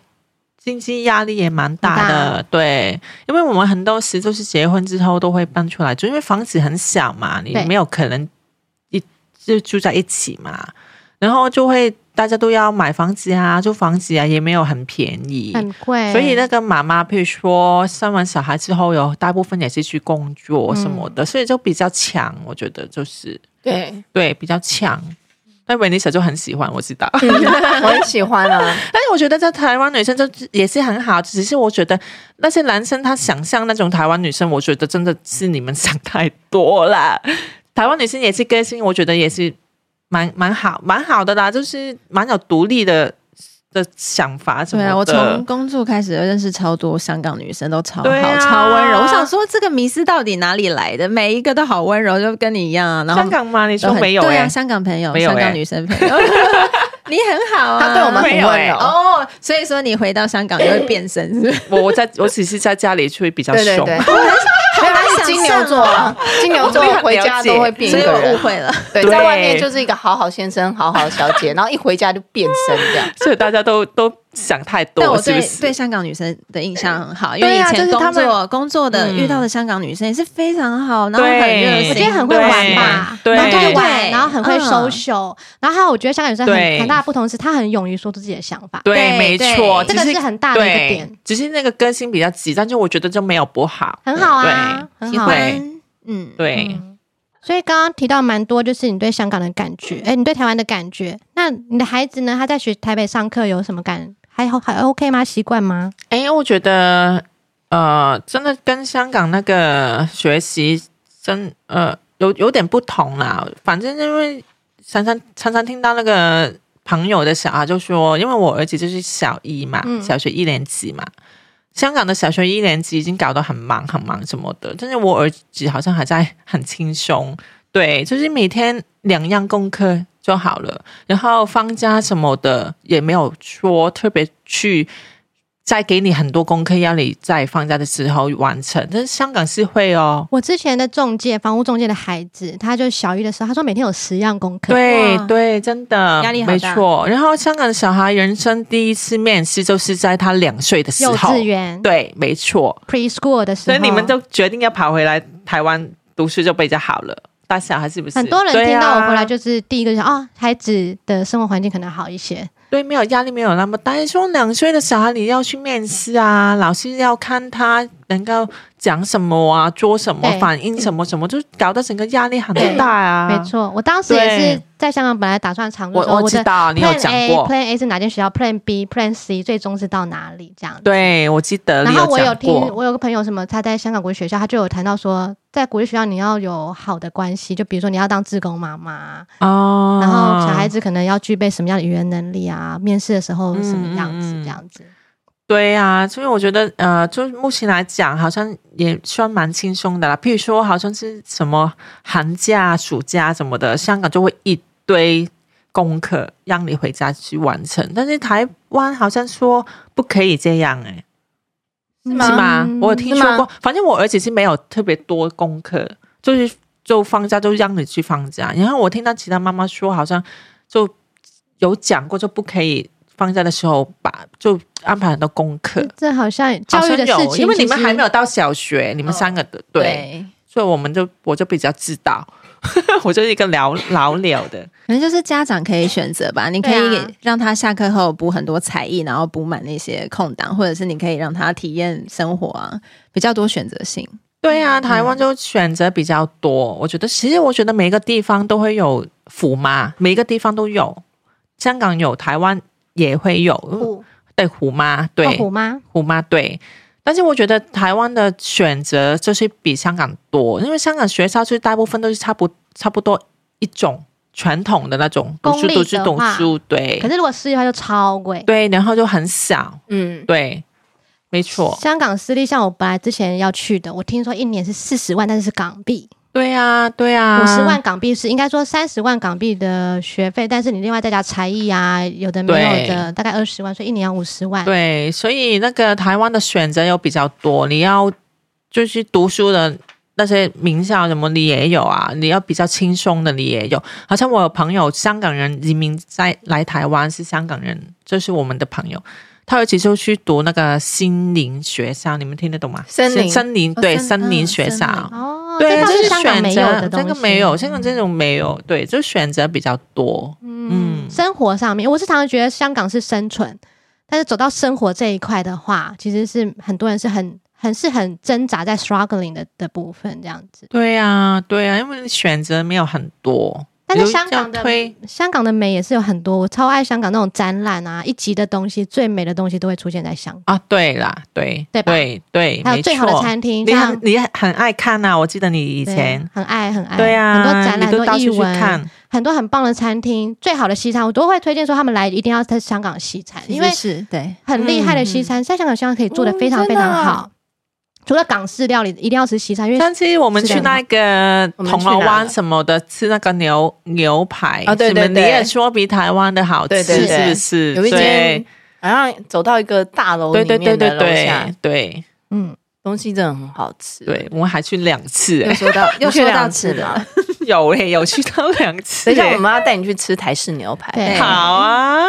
经济压力也蛮大很的。对，因为我们很多时都是结婚之后都会搬出来住，因为房子很小嘛，你对没有可能一就住在一起嘛，然后就会大家都要买房子啊，租房子啊，也没有很便宜。很贵，所以那个妈妈，譬如说生完小孩之后，有大部分也是去工作什么的，所以就比较强。我觉得就是对，对对比较强。但维尼莎就很喜欢，我知道。 [LAUGHS] 我很喜欢啊。但是我觉得在台湾女生就也是很好，只是我觉得那些男生他想象那种台湾女生，我觉得真的是你们想太多了。 [LAUGHS] 台湾女生也是个性，我觉得也是蛮蛮好蛮好的啦，就是蛮有独立的的想法什么对的。啊，我从工作开始认识超多香港女生，都超好、对啊超温柔。我想说，这个迷思到底哪里来的？每一个都好温柔，就跟你一样啊。然后香港吗？你都说很没有、欸？对啊，香港朋友，没有欸香港女生朋友， [LAUGHS] 你很好啊。他对我们很温没有柔，哦，所以说你回到香港 [LAUGHS] 就会变身，是不是？我我在 [LAUGHS] 我只是在家里去比较对对凶，对，还有 [LAUGHS] 他是金牛座啊， [LAUGHS] 金牛座回家都会变所一以个我误人。会了。对，对在外面就是一个好好先生、好好小姐，然后一回家就变身这样。所以大家都都想太但多，我是对不是？对香港女生的印象很好，因为对以啊前就是工他们作工作的嗯遇到的香港女生也是非常好，然后很热对，心，我觉得很会玩吧，对，然后对会对玩，然后很会嗯 social，、然后还有我觉得香港女生很对很大的不同是，她很勇于说出自己的想法，对没错，这只个是是很大的一个对点，，只是那个个性比较急，但是我觉得就没有不好，很好啊，很喜好、啊。欢，嗯，对。嗯所以刚刚提到蛮多，就是你对香港的感觉，哎，你对台湾的感觉。那你的孩子呢？他在学台北上课有什么感？还好还 OK 吗？习惯吗？哎，我觉得呃，真的跟香港那个学习真呃有有点不同啦。反正因为常常常常听到那个朋友的小孩就说，因为我儿子就是小一嘛，嗯小学一年级嘛。香港的小学一年级已经搞得很忙很忙什么的，但是我儿子好像还在很轻松，对，就是每天两样功课就好了，然后放假什么的也没有说特别去再给你很多功课，要你在放假的时候完成。但是香港是会哦，我之前的中介，房屋中介的孩子，他就小一的时候，他说每天有十样功课，对哇对，真的压力好大没错。然后香港的小孩人生第一次面试就是在他两岁的时幼候稚，园、对，没错。 preschool 的时所候，以你们就决定要跑回来台湾读书就比较好了。大小孩是不是？很多人对听到啊我回来就是第一个就想哦，孩子的生活环境可能好一些，啊对，没有压力，没有那么大。说两岁的小孩你要去面试啊，老师要看他能够讲什么啊，做什么对，反应什么什么，就搞得整个压力很对大啊。没，错。我当时也是在香港，本来打算常住我说我知的道你有 Plan 讲 A、过， Plan A 是哪间学校，Plan B、Plan C 最终是到哪里这样子。对我记得然你后我有讲听，过，我有个朋友什么，他在香港国际学校，他就有谈到说，在国际学校你要有好的关系，就比如说你要当志工妈妈，哦然后小孩子可能要具备什么样的语言能力啊，面试的时候什么样子嗯嗯嗯这样子。对啊，所以我觉得，呃，就是目前来讲，好像也算蛮轻松的啦。譬如说，好像是什么寒假、暑假什么的，香港就会一堆功课让你回家去完成，但是台湾好像说不可以这样、欸，是吗是吗？嗯我有听是说吗过，反正我儿子是没有特别多功课，就是就放假就让你去放假。然后我听到其他妈妈说，好像就有讲过，就不可以放假的时候把就安排很多功课。这好像嗯教育的事好像有情，哦因为你们还没有到小学，你们三个的、对，对，所以我们就我就比较知道， [LAUGHS] 我就是一个老老了的，可能就是家长可以选择吧，你可对啊以让他下课后补很多才艺，然后补满那些空档，或者是你可以让他体验生活啊，比较多选择性。对嗯啊，台湾就选择比较多。我觉得，其实我觉得每一个地方都会有虎妈，每一个地方都有，香港有，台湾也会有。虎对虎妈，对、哦对虎妈，虎妈对。但是我觉得台湾的选择就是比香港多，因为香港学校就是大部分都是差不差不多一种传统的那种读公书立读书的读话书，对可是如果私立的话就超贵。对，然后就很小，嗯，对，没错，香港私立像我本来之前要去的，我听说一年是四十万，但是是港币，对啊，对啊，五十、万港币是应该说三十万港币的学费，但是你另外再加才艺啊，有的没有的，大概二十万，所以一年要五十万。对，所以那个台湾的选择又比较多，你要就是读书的那些名校什么你也有啊，你要比较轻松的你也有。好像我有朋友香港人移民在来台湾是香港人，这、是我们的朋友。他有一起就去读那个心灵学校，你们听得懂吗？森林是森林哦对，森森林嗯学森校。林哦，对，这就倒是是香港选没有择的东西，这个没有，香港这种没有，对，就选择比较多。嗯，嗯生活上面，我是常常觉得香港是生存，但是走到生活这一块的话，其实是很多人是很很是很挣扎在 struggling 的的部分这样子。对啊，对啊，因为选择没有很多。但是你就香这样港的推香港的美也是有很多，我超爱香港那种展览啊，一集的东西最美的东西都会出现在香港，啊，对啦，对对吧对对，还没有最好的错餐厅，你很像你很爱看啊呐、我记得你以对前很爱很爱，对啊，很多展览、你都很到多处艺去文、看，很多很棒的餐厅，最好的西餐，我都会推荐说他们来一定要在香港西餐，因为是对，很厉害的嗯西餐，在香港西餐可以做哦的非常非啊常好。除了港式料理，一定要吃西餐，因为上次我们是去的那个我们铜去锣哪湾了什么的，吃那个牛牛排啊对什么对对你也说比台湾的好对吃，对对是不是？有一间对好像走到一个大楼对里对对面对的楼下对，对嗯，东西真的很好吃。对，我们还去两次， [LAUGHS] 又哎说到又去说到两吃次的，了。有哎，有去到两次等哎。一下，我们要带你去吃台式牛排，对好啊，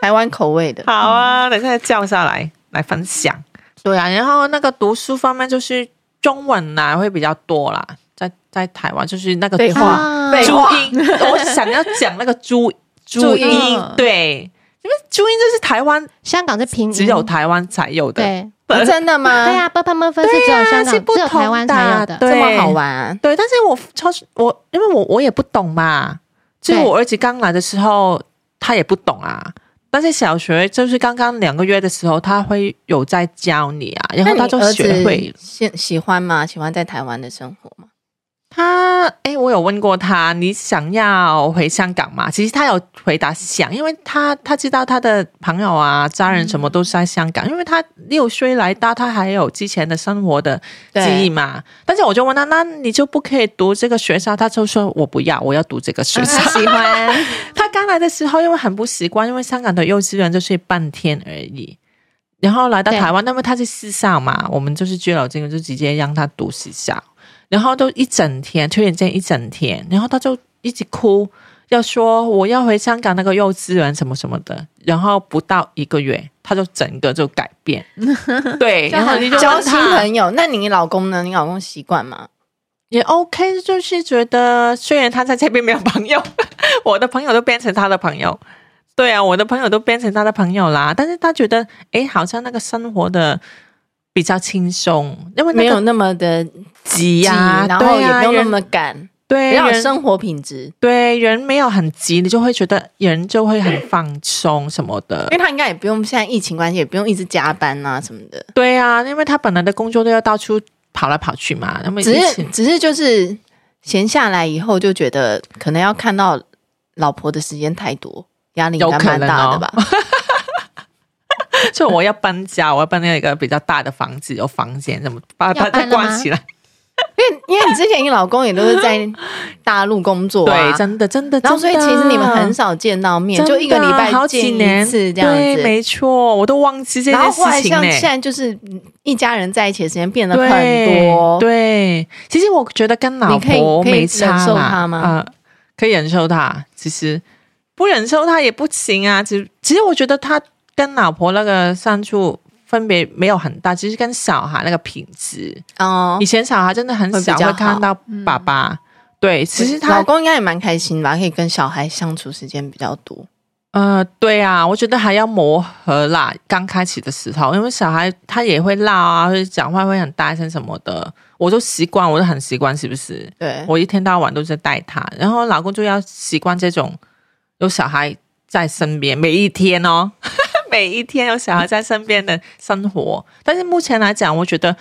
台湾口味的。好啊，等一下叫下来来分享。对啊，然后那个读书方面就是中文啦、会比较多啦，在在台湾就是那个废话啊废注话音， [LAUGHS] 我想要讲那个注注注音嗯音，对，因为注音就是台湾香港是平民只有台湾才有的，对啊真的吗？对，啊 b u r p e m 分是只有香是港、不只有同台湾才有的，对这么好玩。对，但是我超我因为我我也不懂嘛，就是对我儿子刚来的时候他也不懂啊。但是小学就是刚刚两个月的时候，他会有在教你啊，然那后你他就儿学子会了。喜喜欢吗？喜欢在台湾的生活吗？他哎、我有问过他，你想要回香港吗？其实他有回答想，因为他他知道他的朋友啊、家人什么都是在香港，因为他六岁来到，他还有之前的生活的记忆对，嘛。但是我就问他，那你就不可以读这个学校？他就说我不要，我要读这个学校。喜欢他刚来的时候，因为很不习惯，因为香港的幼稚园就是半天而已。然后来到台湾，那么他是私校嘛，我们就是居老金就直接让他读私校，然后都一整天，突然间一整天，然后他就一直哭，要说我要回香港那个幼稚园什么什么的，然后不到一个月，他就整个就改变，对，然后你就交问新他朋友。那你老公呢？你老公习惯吗？也 OK，就是觉得虽然他在这边没有朋友，我的朋友都变成他的朋友。对啊，我的朋友都变成他的朋友啦。但是他觉得，诶，好像那个生活的比较轻松，因为那没有个那么的急，急呀、然后对也啊没有那人么赶，对比较有人生活品质。对人没有很急，你就会觉得人就会很放松什么的因为。他应该也不用现在疫情关系，也不用一直加班啊什么的，对啊，因为他本来的工作都要到处跑来跑去嘛，那么只以是前只是就是闲下来以后就觉得可能要看到老婆的时间太多，压力应该哦蛮大的吧？ [LAUGHS] 就我要搬家，我要搬到一个比较大的房子，有房间什么，把要它搬再了关吗起来。因为因为你之前你老公也都是在大陆工作啊 [LAUGHS] 对，，真的真的。 [LAUGHS] 然后所以其实你们很少少见到面，就一个礼拜好见几年一次这样对，子。没错，我都忘记这然后件后来事情像呢、现在就是嗯一家人在一起的时间变得很对多，对，其实我觉得跟老你可以婆可以没差忍受啦她吗呃可以忍受他，其实不忍受他也不行啊。其实其实我觉得他跟老婆那个相处分别没有很大，其实跟小孩那个品质，哦以，前小孩真的很会比小较会看好到爸爸。对，其实他老公应该也蛮开心吧，可以跟小孩相处时间比较多。呃，对啊，我觉得还要磨合啦。刚开始的时候，因为小孩他也会闹啊，或者讲话会很大声什么的，我都习惯，我都很习惯，是不是？对，我一天到晚都在带他，然后老公就要习惯这种有小孩在身边，每一天哦， [LAUGHS] 每一天有小孩在身边的生活。但是目前来讲，我觉得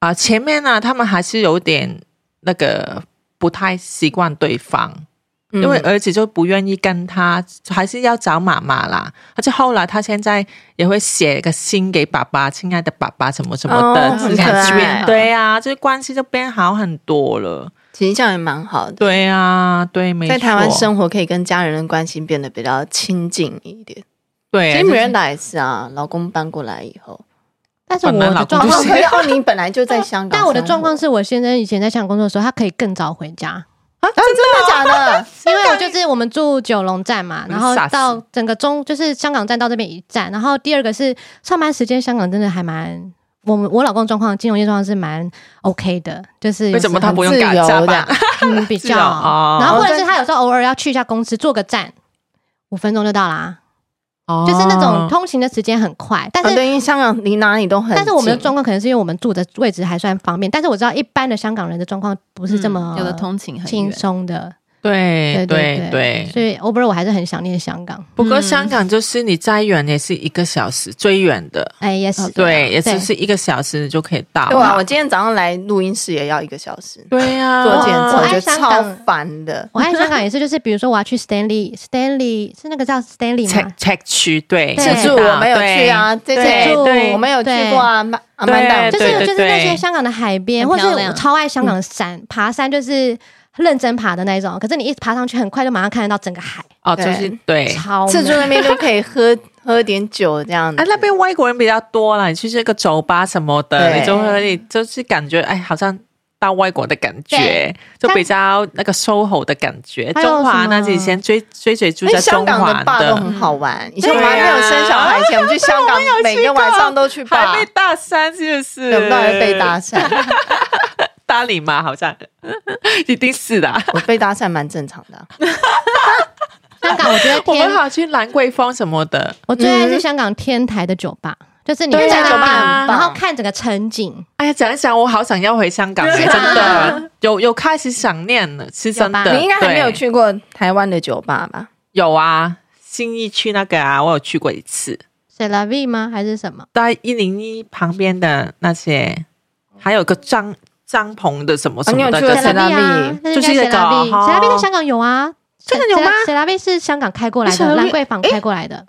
啊、前面呢、他们还是有点那个不太习惯对方。嗯因为儿子就不愿意跟他，还是要找妈妈啦。而且后来他现在也会写个信给爸爸，亲爱的爸爸，什么什么的，哦这很种可感觉爱对呀、啊，就是关系就变好很多了。其实这样也蛮好的。对呀、啊，对，没错。在台湾生活可以跟家人的关系变得比较亲近一点。对，其实就是 Miranda 也是啊，老公搬过来以 [LAUGHS] 后，但是我本来老的哦，公就状况是可是哦，你本来就啊在香港生活，但我的状况是我先生以前在香港工作的时候，他可以更早回家，啊，真的假的？ [LAUGHS] 因为我就是我们住九龙站嘛，你然后傻死到整个中就是香港站到这边一站，然后第二个是上班时间，香港真的还蛮。我们我老公的状况，金融业状况是蛮 OK 的，就是有为什么时候他不用自赶由加的班？ [LAUGHS] 嗯 [LAUGHS] 比是较，哦哦然后或者是他有时候偶尔要去一下公司坐个站，五分钟就到啦，就是那哦种通行的时间很快，但啊是。对，因为香港离哪里都很近，但是我们的状况可能是因为我们住的位置还算方便，但是我知道一般的香港人的状况不是这么嗯有的通勤很轻远，松的，对对对对对。所以 overall 我还是很想念香港。不过香港就是你再远也是一个小时，最远的。哎，也是对，也就是一个小时你就可以到对啊，我了。今天早上来录音室也要一个小时对啊呀，做检测，我我爱觉得香超港烦的。我爱香港也是，就是比如说我要去 Stanley，Stanley 是那个叫 Stanley check 吗？ check 区，对，对自知助道我没有去，啊，这对自助对我没有去对过啊，曼阿对曼达就我对没去是就是那些香港的海边，很或是漂亮我超爱香港的山，爬山就是认真爬的那一种。可是你一爬上去，很快就马上看得到整个海，哦，就是对。超自助美那边就可以喝喝点酒这样子啊，。那边外国人比较多啦，你去这个酒吧什么的，对你就会你就是感觉哎，好像到外国的感觉对，就比较那个 SOHO 的感觉。还有中华什呢，么以前追追追住因为在哎香中港环啊的爸都很好玩，以前我还没有生小孩前，我们去 [LAUGHS] 香港每个晚上都去爸，还被大三是不是？有没有被搭讪？ [LAUGHS] 搭理吗？好像 [LAUGHS] 一定是的啊。我被搭讪蛮正常的啊，香港我觉得我天们，好去兰桂坊什么的，我最爱是香港天台的酒吧，就是你对啊在那酒吧边很棒然后看整个城景，哎呀，讲一讲，我好想要回香港，欸真的有有开始想念了，是真有吧的。你应该还没有 [LAUGHS] 对？去过台湾的酒吧吧？有啊，新义区那个啊，我有去过一次，水拉 V 吗？还是什么？在一零一旁边的那些，还有个帐帐篷的什么什啊你么有的，去过就对塞是拉 Ceravi 啊，就是那应该那个 Ceravi 哈 Ceravi 在香港有啊，真的有吗？Ceravi 是香港开过来的， Ceravi- 兰桂坊开过来的，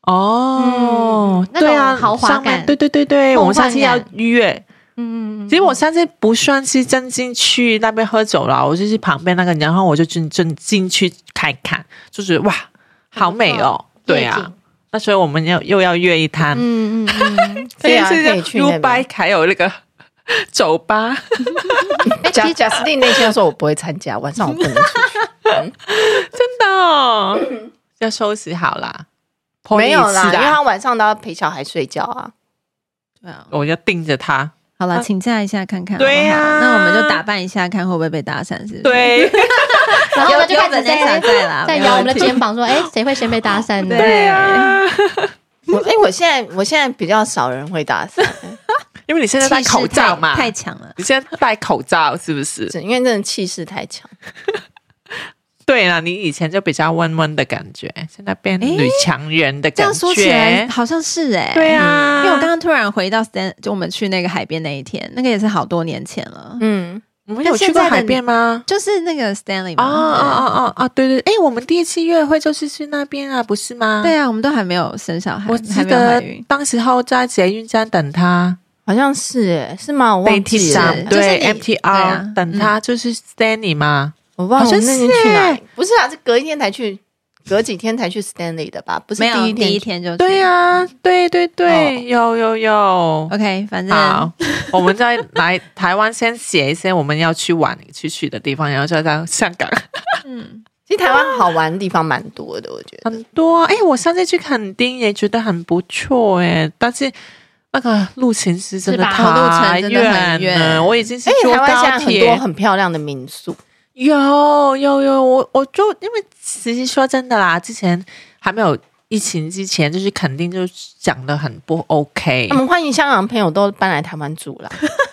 哦嗯，那对种啊，豪华上面感对对对对，梦幻我们上次要感预约，嗯嗯嗯。其实我上次不算是真进去那边喝酒啦，我就是旁边那个，然后我就进进进去看一看，就觉得哇，好美哦，对夜啊景，，那所以我们要又要约一摊，嗯 [LAUGHS] 嗯嗯，所以对啊是可以去那边如白还有那个酒吧，贾贾斯汀那天说我不会参加，晚上我不能去。真的哦、要收拾好啦，没有啦，是的因为他晚上都要陪小孩睡觉啊。对啊，我要盯着他，好了，请假一下看看，对呀、啊那我们就打扮一下，看会不会被打散，是不是？，对然后呢就有开始本在在在啦，在没摇我们的问题肩膀说，哎，谁会先被搭讪呢？对啊，我哎、我现在我现在比较少人会打伞， [LAUGHS] 因为你现在戴气势口罩 [LAUGHS] 嘛，太太强了。你现在戴口罩是不是？因为真的气势太强。对啦，你以前就比较温温的感觉，现在变诶女强人的这感样觉。说起来好像是哎、对啊，因为我刚刚突然回到 stand，就我们去那个海边那一天，那个也是好多年前了，嗯，我们有去过海边吗？就是那个 Stanley 嘛。啊啊啊啊啊！对对，诶，我们第一次约会就是去那边啊，不是吗？对对啊，我们都还没有生小孩，我记还没有怀得孕。当时候在捷运站等他，好像是哎、是吗？我被忘替记上了，站，就是对你 MTR 啊等他，就是 Stanley 嘛。我忘了好我像们是那天去哪里？不是啊，是隔一天才去，隔几天才去 Stanley 的吧？不是没有第一天第一去。天就去对啊，对对对，有有有。 ，OK，反正好，我们再来台湾先写一些我们要去玩去去的地方，然后再到香港。嗯，其实台湾好玩的地方蛮多的，我觉得。很多哎、诶我上次去垦丁也觉得很不错哎、但是那个路程是真的是吧太路程真的很远远了，我已经是而且坐哎台湾现高在很多铁。很漂亮的民宿，有有有，我我就因为其实说真的啦，之前还没有疫情之前，就是垦丁就讲的很不 OK 我。们欢迎香港朋友都搬来台湾住啦。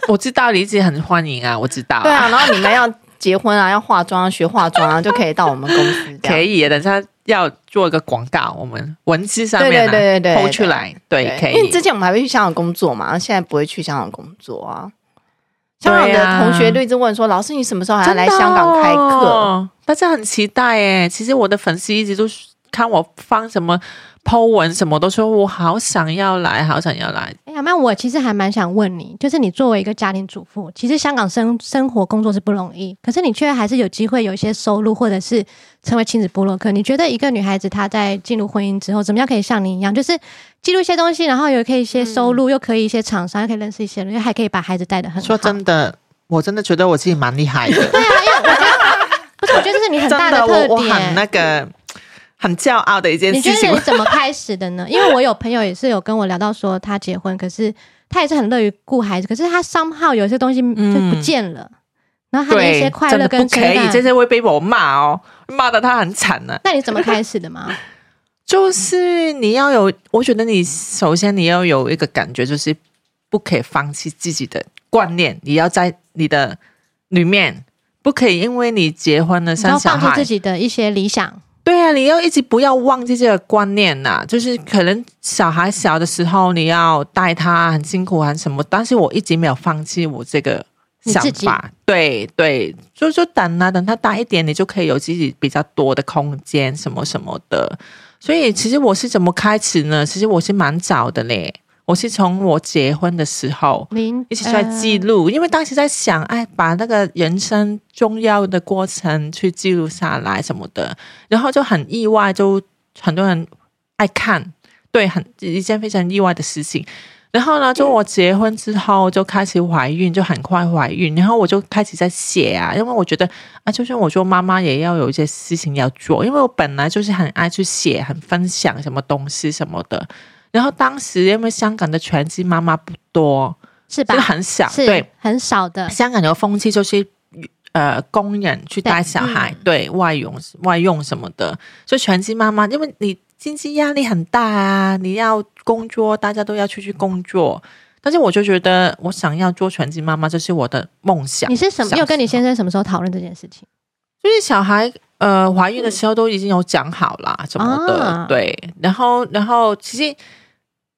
我知道李姐很欢迎啊，我知道、对啊，然后你们要结婚啊，要化妆、啊，学化妆啊，就可以到我们公司这样。可以，等一下要做一个广告，我们文字上对面、对啊、对对对抛出来，对，可因为之以。前我们还会去香港工作嘛，现在不会去香港工作啊。香港对啊的同学就一直问说：“老师，你什么时候啊还要真的来香港开课哦，大家很期待哎。其实我的粉丝一直都是看我放什么 Po 文什么，都说我好想要来，好想要来。哎，阿曼，我其实还蛮想问你，就是你作为一个家庭主妇，其实香港生生活工作是不容易，可是你却还是有机会有一些收入，或者是成为亲子部落客。你觉得一个女孩子她在进入婚姻之后，怎么样可以像你一样，就是记录一些东西，然后有可以一些收入，又可以一些厂商，又可以认识一些人，又还可以把孩子带的很好？嗯啊说真的，我真的觉得我自己蛮厉害的。不是，我觉得这是 [LAUGHS] 你很真大的，特我我很点。那个很骄傲的一件你觉事得情你。怎么开始的呢？因 [LAUGHS] 为我有朋友也是有跟我聊到说，她结婚，可是她也是很乐于顾孩子，可是她商号有些东西就不见了，然后她的 [LAUGHS] 一些嗯对，快真乐的跟不可承以，担这些会被我骂哦，骂的他很惨啊呢、那你怎么开始的嘛？就是你要有，我觉得你首先你要有一个感觉，就是不可以放弃自己的观念，你要在你的里面，不可以因为你结婚了 [LAUGHS] 然生后小放弃孩自，己的一些理想，对啊，你要一直不要忘记这个观念呐、就是可能小孩小的时候你要带他很辛苦很什么，但是我一直没有放弃我这个你想自己法。对对，就就等啊，等他大一点，你就可以有自己比较多的空间什么什么的。所以其实我是怎么开始呢？其实我是蛮早的嘞，我是从我结婚的时候，明一起在记录，因为当时在想，哎，把那个人生重要的过程去记录下来什么的，然后就很意外，就很多人爱看，对，很一件非常意外的事情。然后呢，就我结婚之后就开始怀孕，就很快怀孕，然后我就开始在写啊，因为我觉得啊，就算我做妈妈也要有一些事情要做，因为我本来就是很爱去写、很分享什么东西什么的。然后当时因为香港的全职妈妈不多，是就吧？很小，是对，很少的，香港的风气就是。呃，工人去带小孩，嗯对外佣、外佣什么的，所以全职妈妈，因为你经济压力很大啊，你要工作，大家都要出去工作。但是我就觉得，我想要做全职妈妈，这是我的梦想。你是什么？小又跟你时候先生什么时候讨论这件事情？就是小孩呃怀孕的时候都已经有讲好啦，什么的，啊对。然后，然后其实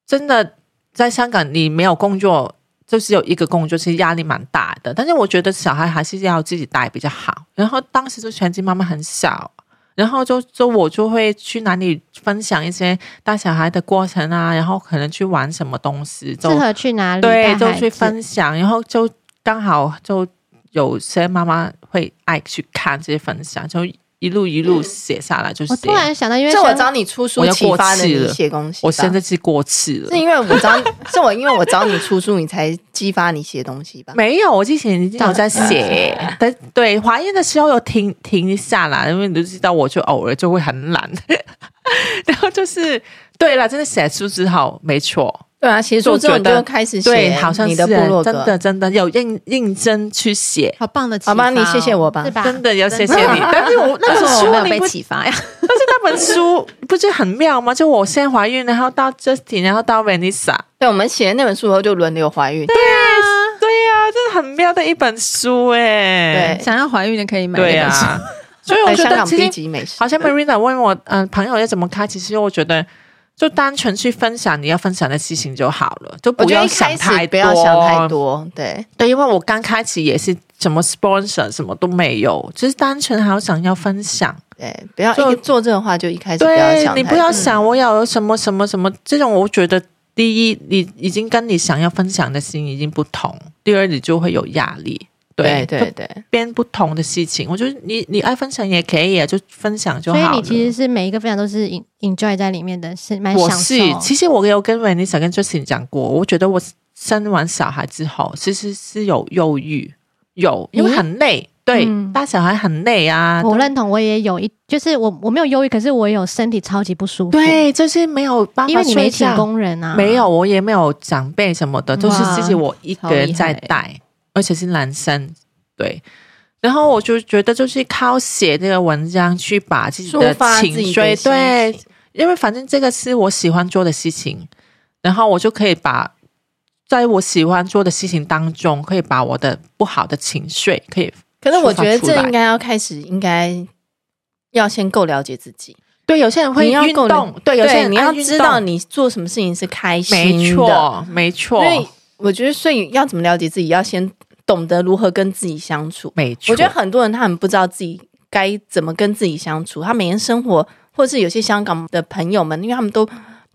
真的在香港，你没有工作，就是有一个工作，其实压力蛮大的。但是我觉得小孩还是要自己带比较好。然后当时就全职妈妈很少。然后就就我就会去哪里分享一些带小孩的过程啊，然后可能去玩什么东西，就适合去哪里？带对，孩就去子分享，然后就刚好就有些妈妈会爱去看这些分享，就一路一路写下来，就我写突。然想到，因？”为这我像找你出书我要启过发了气你一了些东西吧。我现在是过气了是，因为我 [LAUGHS] 找你，是我因为我找你出书，你才激发你写东 [LAUGHS] 西吧？没有，我之前 [LAUGHS] 已经有在写，但对怀孕的时候有停停一下啦，因为你都知道，我就偶尔就会很懒， [LAUGHS] 然后就是对了，真的写书之后，没错，对啊，写书之后你就开始对，写好像你是啊的部落格真。的真的有认认真去写，好棒的启发好哦！吧，你谢谢我吧是。吧？真的要谢谢 [LAUGHS] 你，但是我那为本什么我没书有你被不启发呀？ [LAUGHS] 但是那本书不是很妙吗？就我先怀孕，然后到 Justin，然后到 Vanessa，对，我们写那本书以后就轮流怀孕。对对呀、这是很妙的一本书哎、对想要怀孕的可以买对啊呀、呀、所以我觉香得港其 B 实级美食好像 Marina 问我，嗯、朋友要怎么开，其实我觉得。就单纯去分享你要分享的事情就好了，就我不觉得要一想开太始多。不要想太多，对，对，因为我刚开始也是什么 sponsor 什么都没有，只是单纯好想要分享。对，不要就一做这种话就一开始不要对想，你太不要多想我要有什么什么什么这种，我觉得第一，你已经跟你想要分享的心已经不同；第二，你就会有压力。对对对就对，编不同的事情，我觉得你你爱分享也可以啊，就分享就所好了。以你其实是每一个分享都是 en- enjoy 在里面的，是蛮享我受是。，其实我有跟 Vanessa 跟 Justin 讲过，我觉得我生完小孩之后，其实是有忧郁，有因为很累，对，嗯带小孩很累啊，我认同，我也有一，就是我我没有忧郁，可是我有身体超级不舒服。，对，就是没有办法因为你没睡请觉工人啊，没有，我也没有长辈什么的，都是自己我一个人在超厉带，而且是男生，对。然后我就觉得，就是靠写这个文章去把自己抒的发自情己绪，的心对情，因为反正这个是我喜欢做的事情，然后我就可以把在我喜欢做的事情当中，可以把我的不好的情绪可以可是我觉得抒发出来这应该要开始，应该要先够了解自己。对有些人会你要运够动，对有些人你要爱运知道动你做什么事情是开心的，没错没错，因为我觉得，所以要怎么了解自己，要先懂得如何跟自己相处。没错，我觉得很多人他们不知道自己该怎么跟自己相处，他每天生活，或者是有些香港的朋友们，因为他们都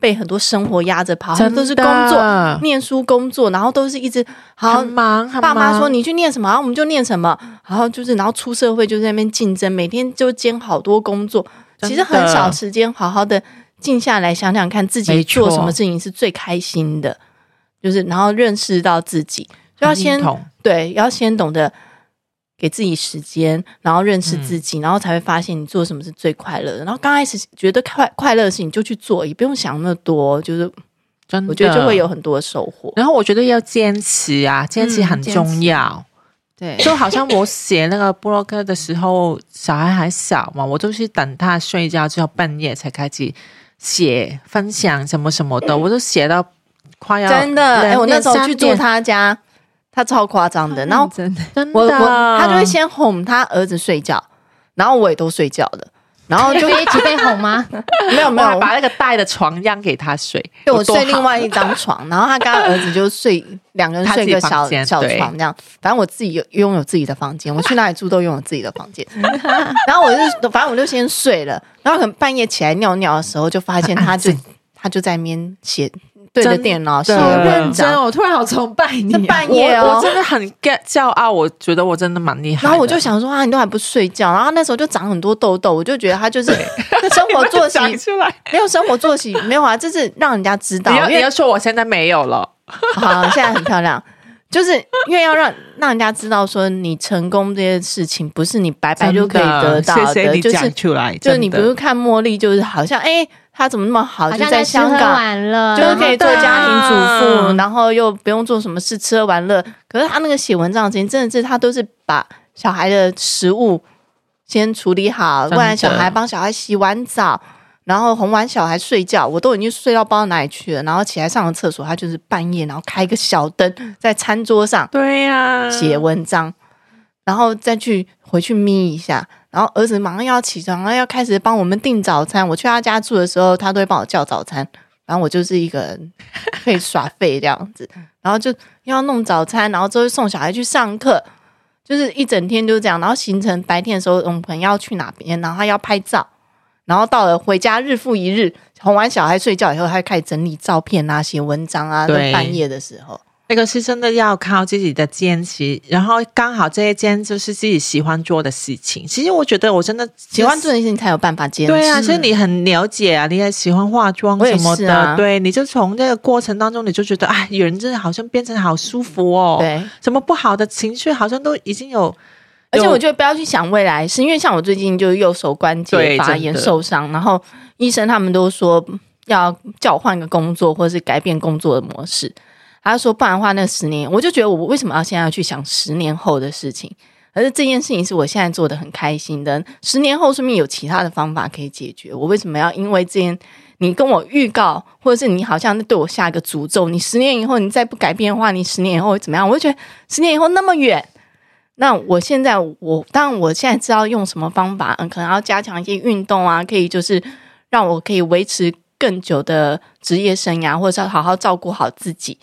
被很多生活压着跑，他们都是工作、作，念书、工作，然后都是一直好很。忙，很爸妈忙说你去念什么，啊然后我们就念什么，然后就是然后出社会就在那边竞争，每天就兼好多工作，真其的实很少时间好好的静下来想想看自己没错做什么事情是最开心的，就是然后认识到自己，就要很硬先捅对，要先懂得给自己时间，然后认识自嗯己，然后才会发现你做什么是最快乐的。然后刚开始觉得快快乐的事情就去做，也不用想那么多，就是真的，我觉得就会有。很多的收获。然后我觉得要坚持啊，坚持嗯很坚重持要。对，就好像我写那个布洛克的时候，小孩还小嘛，我就是等他睡觉之后，半夜才开始写分享什么什么的，我都写到快要真的，哎、两我那点时候三去点住他家，他超夸张的。然后真的真的，我我他就会先哄他儿子睡觉，然后我也都睡觉了，然后 [LAUGHS] 就就一起被哄吗？没有没我还有，把那个带的床让给他睡，对我有多睡好另外一张床，然后他跟他儿子就睡两个人他睡自己个房小间小对床这样。反正我自己有拥有自己的房间，我去哪里住都拥有自己的房间。 [LAUGHS] 然后我就反正我就先睡了，然后可能半夜起来尿尿的时候，就发现他就他就在那边写对着真电脑写的文认真章，哦，我突然好崇拜你这哦，半夜啊我我哦。真的很 get 骄傲，我觉得我真的蛮厉害的。然后我就想说啊，你都还不睡觉，然后那时候就长很多痘痘，我就觉得他 [LAUGHS] 就是生活 [LAUGHS] 作息讲出来，没有生活作息没有啊，就是让人家知道，你要因你为要说我现在没有了，好，现在很漂亮，就是因为要让让人家知道说你成功这些事情不是你白白就可以得到谢的，谢你就是讲出来，就是你不真的是看茉莉，就是好像哎、她怎么那么好，好就像在吃香喝港。玩乐，就是可以做啊家庭主真妇，的然后又不用做什么事，吃喝玩乐。可是她那个写文章的时间，真的是她都是把小孩的食物先处理好，真的不然小孩帮小孩洗完澡，然后哄完小孩睡觉，我都已经睡到不知道哪里去了，然后起来上个厕所，他就是半夜，然后开一个小灯在餐桌上对呀写文章，然后再去回去眯一下。然后儿子马上要起床，然后要开始帮我们订早餐。我去他家住的时候，他都会帮我叫早餐。然后我就是一个人可以耍废这样子，嗯然后就要弄早餐，然后之后送小孩去上课，就是一整天就是这样。然后行程白天的时候，我们可能要去哪边，然后他要拍照，然后到了回家日复一日，哄完小孩睡觉以后，他开始整理照片啊、写文章啊，都对半夜的时候。那个是真的要靠自己的坚持，然后刚好这一件就是自己喜欢做的事情。其实我觉得我真的喜欢做的事情才有办法坚持。对啊，所以你很了解啊，你也喜欢化妆我也什么是的，啊对，你就从这个过程当中，你就觉得哎，有人真的好像变成好舒服哦，，对，什么不好的情绪好像都已经有，而且有我觉得不要去想未来，是因为像我最近就是右手关节对发真炎的受伤，然后医生他们都说要叫我换个工作，或是改变工作的模式。他说不然的话，那十年我就觉得我为什么要现在要去想十年后的事情？而是这件事情是我现在做的很开心的，十年后说明有其他的方法可以解决。我为什么要因为这件你跟我预告，或者是你好像对我下一个诅咒？你十年以后你再不改变的话，你十年以后会怎么样？我就觉得十年以后那么远，那我现在我，当然我现在知道用什么方法，嗯，可能要加强一些运动啊，可以就是让我可以维持更久的职业生涯，或者是好好照顾好自己。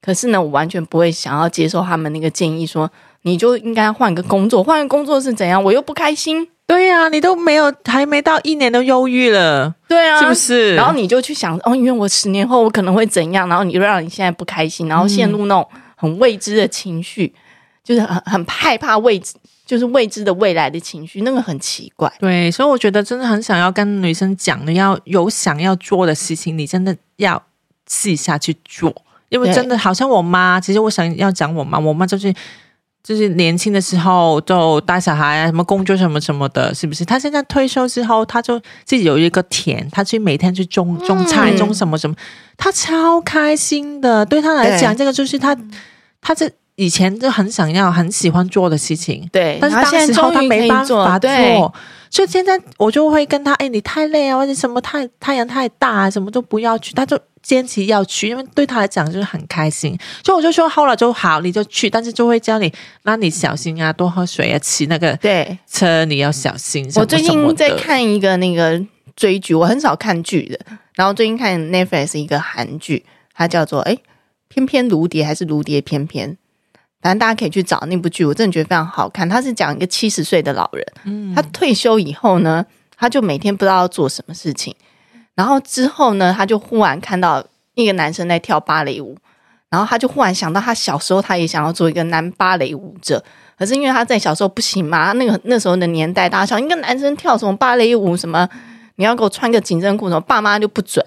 可是呢，我完全不会想要接受他们那个建议说，你就应该换个工作，换个工作是怎样？我又不开心，对啊，你都没有还没到一年都忧郁了，对啊，是不是？然后你就去想，哦，因为我十年后我可能会怎样，然后你就让你现在不开心，然后陷入那种很未知的情绪，就是很很害怕未知，就是未知的未来的情绪，那个很奇怪。对，所以我觉得真的很想要跟女生讲的，要有想要做的事情，你真的要试下去做，因为对真的好像我妈，其实我想要讲我妈，我妈就是就是年轻的时候就带小孩啊，什么工作什么什么的，是不是？她现在退休之后，她就自己有一个田，她去每天去种种菜，嗯种什么什么，她超开心的。对她来对讲，这个就是她，她这以前就很想要、很喜欢做的事情，对，但是然后当现时在候终他于可没以办做法对做，所以现在我就会跟他，哎，你太累啊，或者什么太太阳太大啊，什么都不要去，他就坚持要去，因为对他来讲就是很开心，所以我就说好了就好，你就去，但是就会教你，那你小心啊，多喝水啊，骑那个对。车你要小心什我么什最么的。近在看一个那个追剧，我很少看剧的，然后最近看 Netflix 一个韩剧，它叫做哎、诶翩翩如蝶》还是《如蝶翩翩》，反正大家可以去找那部剧，我真的觉得非常好看。他是讲一个七十岁的老人，嗯他退休以后呢，他就每天不知道要做什么事情，然后之后呢，他就忽然看到一个男生在跳芭蕾舞，然后他就忽然想到，他小时候他也想要做一个男芭蕾舞者，可是因为他在小时候不行嘛，那个那时候的年代，大家想一个男生跳什么芭蕾舞什么，你要给我穿个紧身裤什么，爸妈就不准，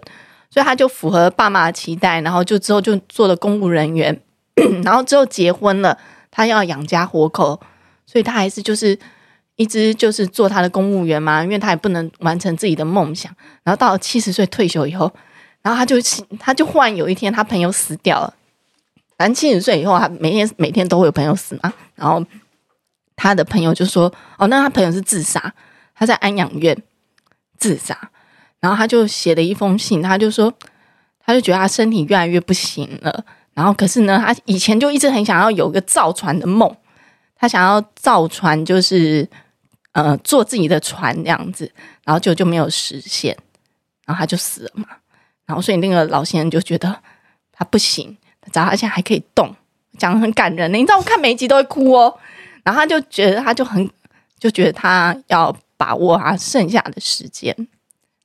所以他就符合爸妈的期待，然后就之后就做了公务人员， [CLEARS THROAT] 然后之后结婚了，他要养家活口，所以他还是就是一直就是做他的公务员嘛，因为他也不能完成自己的梦想。然后到了七十岁退休以后，然后他就他就忽然有一天他朋友死掉了，反正七十岁以后，他每天每天都会有朋友死嘛，然后他的朋友就说：“哦，那他朋友是自杀，他在安养院自杀。”然后他就写了一封信，他就说，他就觉得他身体越来越不行了。然后可是呢，他以前就一直很想要有一个造船的梦，他想要造船，就是呃做自己的船这样子，然后就就没有实现，然后他就死了嘛。然后所以那个老先生就觉得他不行，只要他现在还可以动，讲的很感人的，你知道我看每一集都会哭哦。然后他就觉得他就很就觉得他要把握他剩下的时间。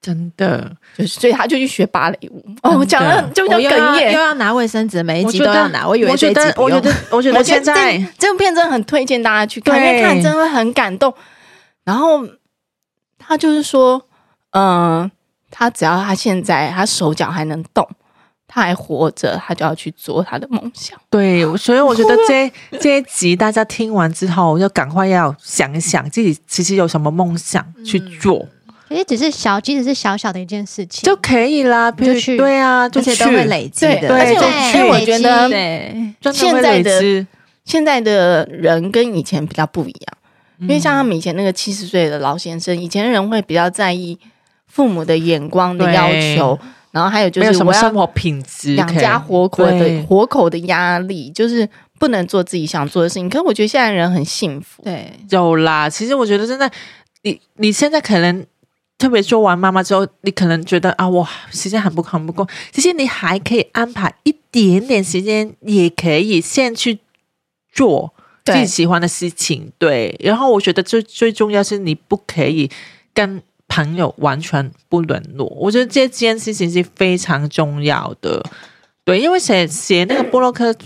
真的，就是所以他就去学芭蕾舞。哦，嗯我讲的就我叫又啊要哽又咽。要拿卫生纸，每一我集觉都要得拿。我以为我这觉一集得，不我觉用 [LAUGHS] 得，我觉得现在这这部片真的很推荐大家去看，因对为看真的会很感动。然后他就是说，嗯、他只要他现在他手脚还能动，他还活着，他就要去做他的梦想。 [LAUGHS] 对，我所以我觉得这这一集大家听完之后，要赶快要想一想自己其实有什么梦想去嗯做、其实只是小，即使是小小的一件事情，就可以啦。比如就去对啊，就而且都去会累积的，对而且就我去所以我累觉积得对，真的会现在累的积。现在的人跟以前比较不一样，因为像他们以前那个七十岁的老先生，以前人会比较在意父母的眼光的要对求，然后还有就没有是什我么要生活品质，养家活口的对活口的压力，就是不能做自己想做的事情。可是我觉得现在人很幸福，对，有啦。其实我觉得真的，你你现在可能特别做完妈妈之后，你可能觉得啊，我时间很不很不够。其实你还可以安排一点点时间，也可以先去做自己喜欢的事情。对，然后我觉得最最重要是你不可以跟。朋友完全不联络，我觉得这件事情是非常重要的。对，因为写写那个布洛克，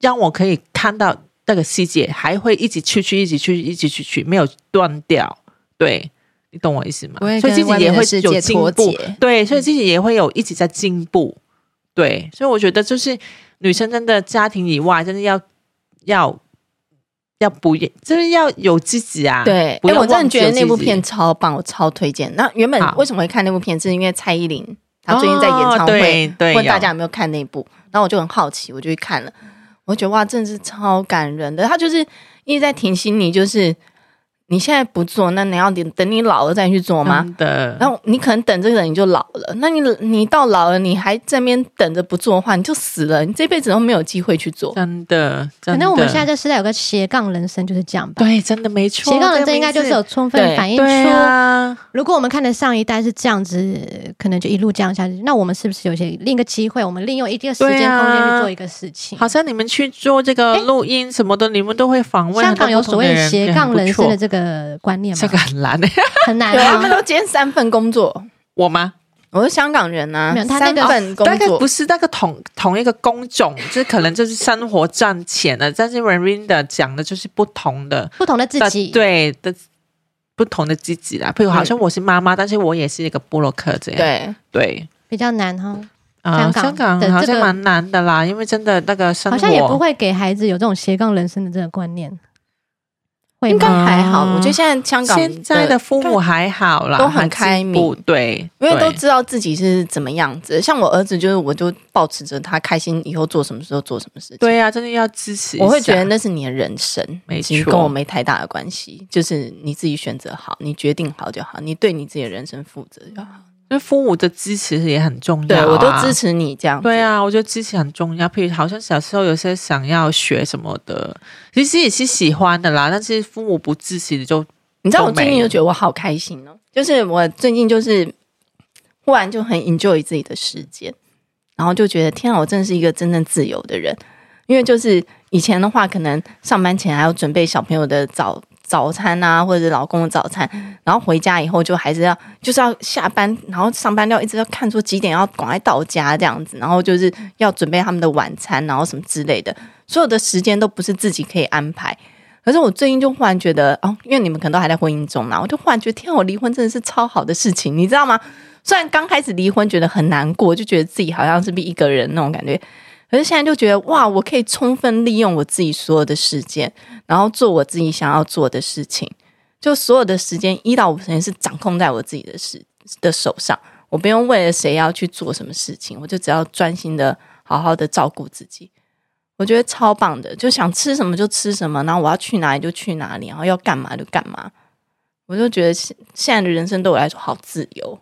让我可以看到那个细节，还会一直去去，一直去，一直去去，没有断掉。对，你懂我意思吗不会？所以自跟外己也面会的世有界进脱步节，对，所以自己也会有一直在进步。对，所以我觉得就是女生真的家庭以外，真的要要要不厌，就是要有自己啊。对，不哎，要我真忘的记觉得有那部自己片超棒，我超推荐。那原本好为什么会看那部片，是因为蔡依林她最近在演唱哦会，对对问大有家有没有看那部，然后我就很好奇，我就去看了，我觉得哇，真的是超感人的。他就是一直在提醒你，就是你现在不做，那你要等等你老了再去做吗？真的，然后你可能等这个人你就老了，那你你到老了你还在那边等着不做的话，你就死了，你这辈子都没有机会去做。真的，可真的，能我们现在这时代有个斜杠人生就是这样吧。对，真的没错。斜杠人这生应该就是有充对分反映对出，啊，如果我们看的上一代是这样子，可能就一路这样下去，那我们是不是有些另一个机会，我们利用一定的时对间啊空间去做一个事情？好像你们去做这个诶录音什么的，你们都会访问香港有所很谓多不同的斜人杠人生的也很不啊这个观 [LAUGHS] 念错吗香？港很难的，很难对，他们 [LAUGHS] 啊。都兼三份工作。我吗？我是香港人啊没有，他那三个份工哦大概作不是那个同同一个工种，就是可能就是生活赚钱的，但是 Rarinda 讲的就是不同的不同的自的己，嗯对的不同的自己啦。譬如好像我是妈妈，但是我也是一个布洛克这样。对，对比较难哈，啊，香港香港的好这像个蛮难的啦，因为真的那个生活好像也不会给孩子有这种斜杠人生的这个观念，会应该吗？还好。嗯我觉得现在香港现在的父母还好啦，都很还进开明步对，因为都对知道自己是怎么样子。像我儿子，就是我就保持着他开心，以后做什么事就做什么事情。对啊，真的要支持一嗯下。我会觉得那是你的人生，没其实错跟我没太大的关系。就是你自己选择好，你决定好就好，你对你自己的人生负责就好。那父母的支持也很重要、对啊，我都支。持你这样子。对啊，我觉得支持很重要。譬如，好像小时候有些想要学什么的，其实也是喜欢的啦，但是父母不支持，你就你知道我都没最近有就觉得我好开心哦，就是我最近就是忽然就很 enjoy 自己的时间，然后就觉得天啊，我真的是一个真正自由的人。因为就是以前的话，可能上班前还要准备小朋友的早早餐啊，或者老公的早餐，然后回家以后就还是要就是要下班，然后上班要一直要看说几点要赶快到家这样子，然后就是要准备他们的晚餐，然后什么之类的，所有的时间都不是自己可以安排。可是我最近就忽然觉得，哦，因为你们可能都还在婚姻中嘛，我就忽然觉得，天啊，我离婚真的是超好的事情，你知道吗？虽然刚开始离婚觉得很难过，就觉得自己好像是一个人那种感觉，可是现在就觉得哇，我可以充分利用我自己所有的时间，然后做我自己想要做的事情。就所有的时间一到五时间是掌控在我自己的事的手上，我不用为了谁要去做什么事情，我就只要专心的好好的照顾自己。我觉得超棒的，就想吃什么就吃什么，然后我要去哪里就去哪里，然后要干嘛就干嘛。我就觉得现现在的人生对我来说好自由。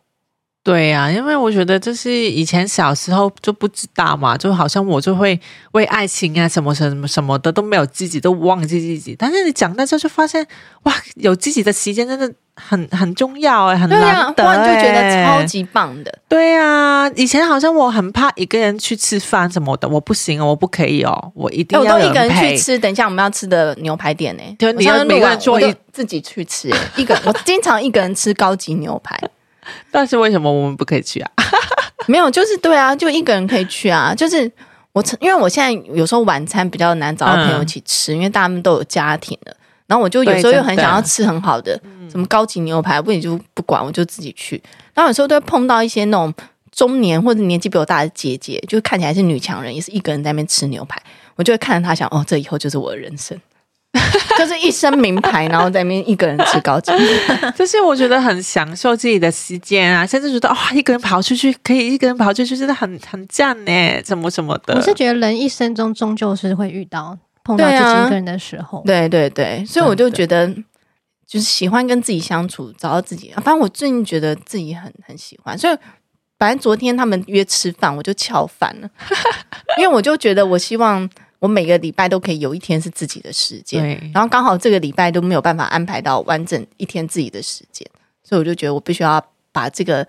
对呀、因为我觉得这是以前小时候就不知道嘛，就好像我就会为爱情啊什么什么什么的都没有自己，都忘记自己。但是你长大之后就发现，哇，有自己的时间真的很很重要哎、很对呀、难啊，得、忽欸，然就觉得超级棒的。对啊，以前好像我很怕一个人去吃饭什么的，我不行哦，我不可以哦，我一哎、定我要都有一个人陪去。吃，等一下我们要吃的牛排店呢、欸。对你要我上次录每个完人做我就一自己去吃、欸，一个我经常一个人吃高级牛排，但是为什么我们不可以 [LAUGHS] 去啊？没有就是对啊，就一个人可以去啊，就是。我因为我现在有时候晚餐比较难找到朋友一起吃，因为大家们都有家庭了。然后我就有时候对又很真的想要吃很好的，什么高级牛排，不你就不管，我就自己去。然后有时候都会碰到一些那种中年或者年纪比我大的姐姐，就看起来是女强人，也是一个人在那边吃牛排，我就会看着她想，哦，这以后就是我的人生， [LAUGHS] 就是一身名牌，然后在那边一个人吃高级牛排。就是我觉得很享受自己的时间啊，甚至觉得哇、一个人跑出去可以一个人跑出去，真的很很赞呢，什么什么的。我是觉得人一生中终究是会遇到碰到对啊自己一个人的时候，啊对对对，所以我就觉得，就是喜欢跟自己相处，找到自己。啊反正我最近觉得自己很很喜欢，所以反正昨天他们约吃饭，我就翘饭了， [LAUGHS] 因为我就觉得我希望我每个礼拜都可以有一天是自己的时间，对，然后刚好这个礼拜都没有办法安排到完整一天自己的时间，所以我就觉得我必须要把这个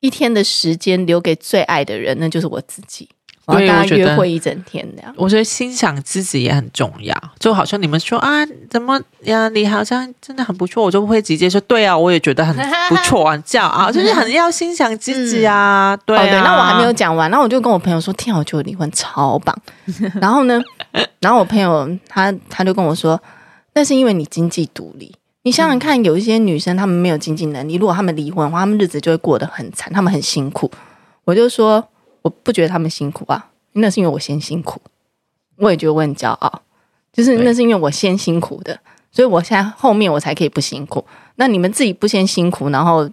一天的时间留给最爱的人，那就是我自己。我要对跟他我觉得约会一整天这样。我觉得欣赏自己也很重要。就好像你们说啊，怎么呀？你好像真的很不错，我就会直接说对啊，我也觉得很不 [LAUGHS] 错，很骄傲，就是很要欣赏自己啊。对啊、哦，对，那我还没有讲完，那我就跟我朋友说，天啊，我觉得我离婚超棒。然后呢，然后我朋友他他就跟我说，那是因为你经济独立。你想想看，有一些女生她们没有经济能力，如果她们离婚的话，她们日子就会过得很惨，她们很辛苦。我就说，我不觉得她们辛苦啊，那是因为我先辛苦，我也觉得我很骄傲，就是那是因为我先辛苦的，所以我现在后面我才可以不辛苦。那你们自己不先辛苦，然后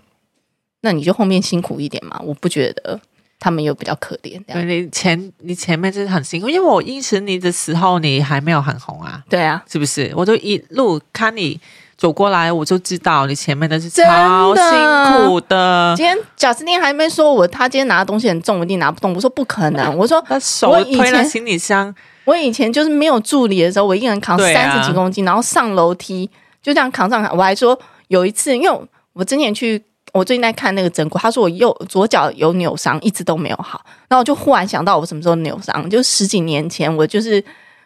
那你就后面辛苦一点嘛。我不觉得他们又比较可怜这对样。你前你前面就是很辛苦，因为我认识你的时候，你还没有很红啊，对啊，是不是？我就一路看你走过来，我就知道你前面的是真的超辛苦的，今天贾斯汀还没说我，他今天拿的东西很重，我一定拿不动。我说不可能，我说他手我以推了前行李箱，我以前就是没有助理的时候，我一个人扛对三啊十几公斤，然后上楼梯就这样扛上来。我还说有一次，因为我之前去，我最近在看那个整骨，他说我右左脚有扭伤，一直都没有好。然后我就忽然想到我什么时候扭伤，就十几年前我就是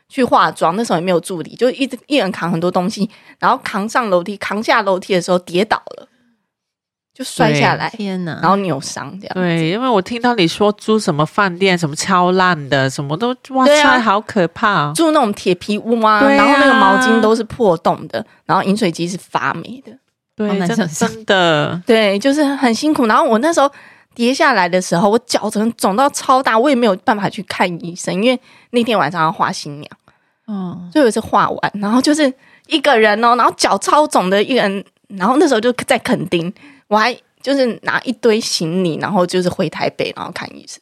去化妆，那时候也没有助理，就一直一人扛很多东西，然后扛上楼梯、扛下楼梯的时候跌倒了，就摔下来，天哪！然后扭伤这样。对，因为我听到你说租什么饭店，什么超烂的，什么都哇对塞，啊好可怕、哦。住那种铁皮屋啊，对啊然后那个毛巾都是破洞的，然后饮水机是发霉的。对好，难真的想象真的，对，就是很辛苦。然后我那时候跌下来的时候，我脚整个肿到超大，我也没有办法去看医生，因为那天晚上要画新娘，哦，所以我是画完，然后就是一个人哦，然后脚超肿的一个人，然后那时候就在垦丁，我还就是拿一堆行李，然后就是回台北，然后看医生。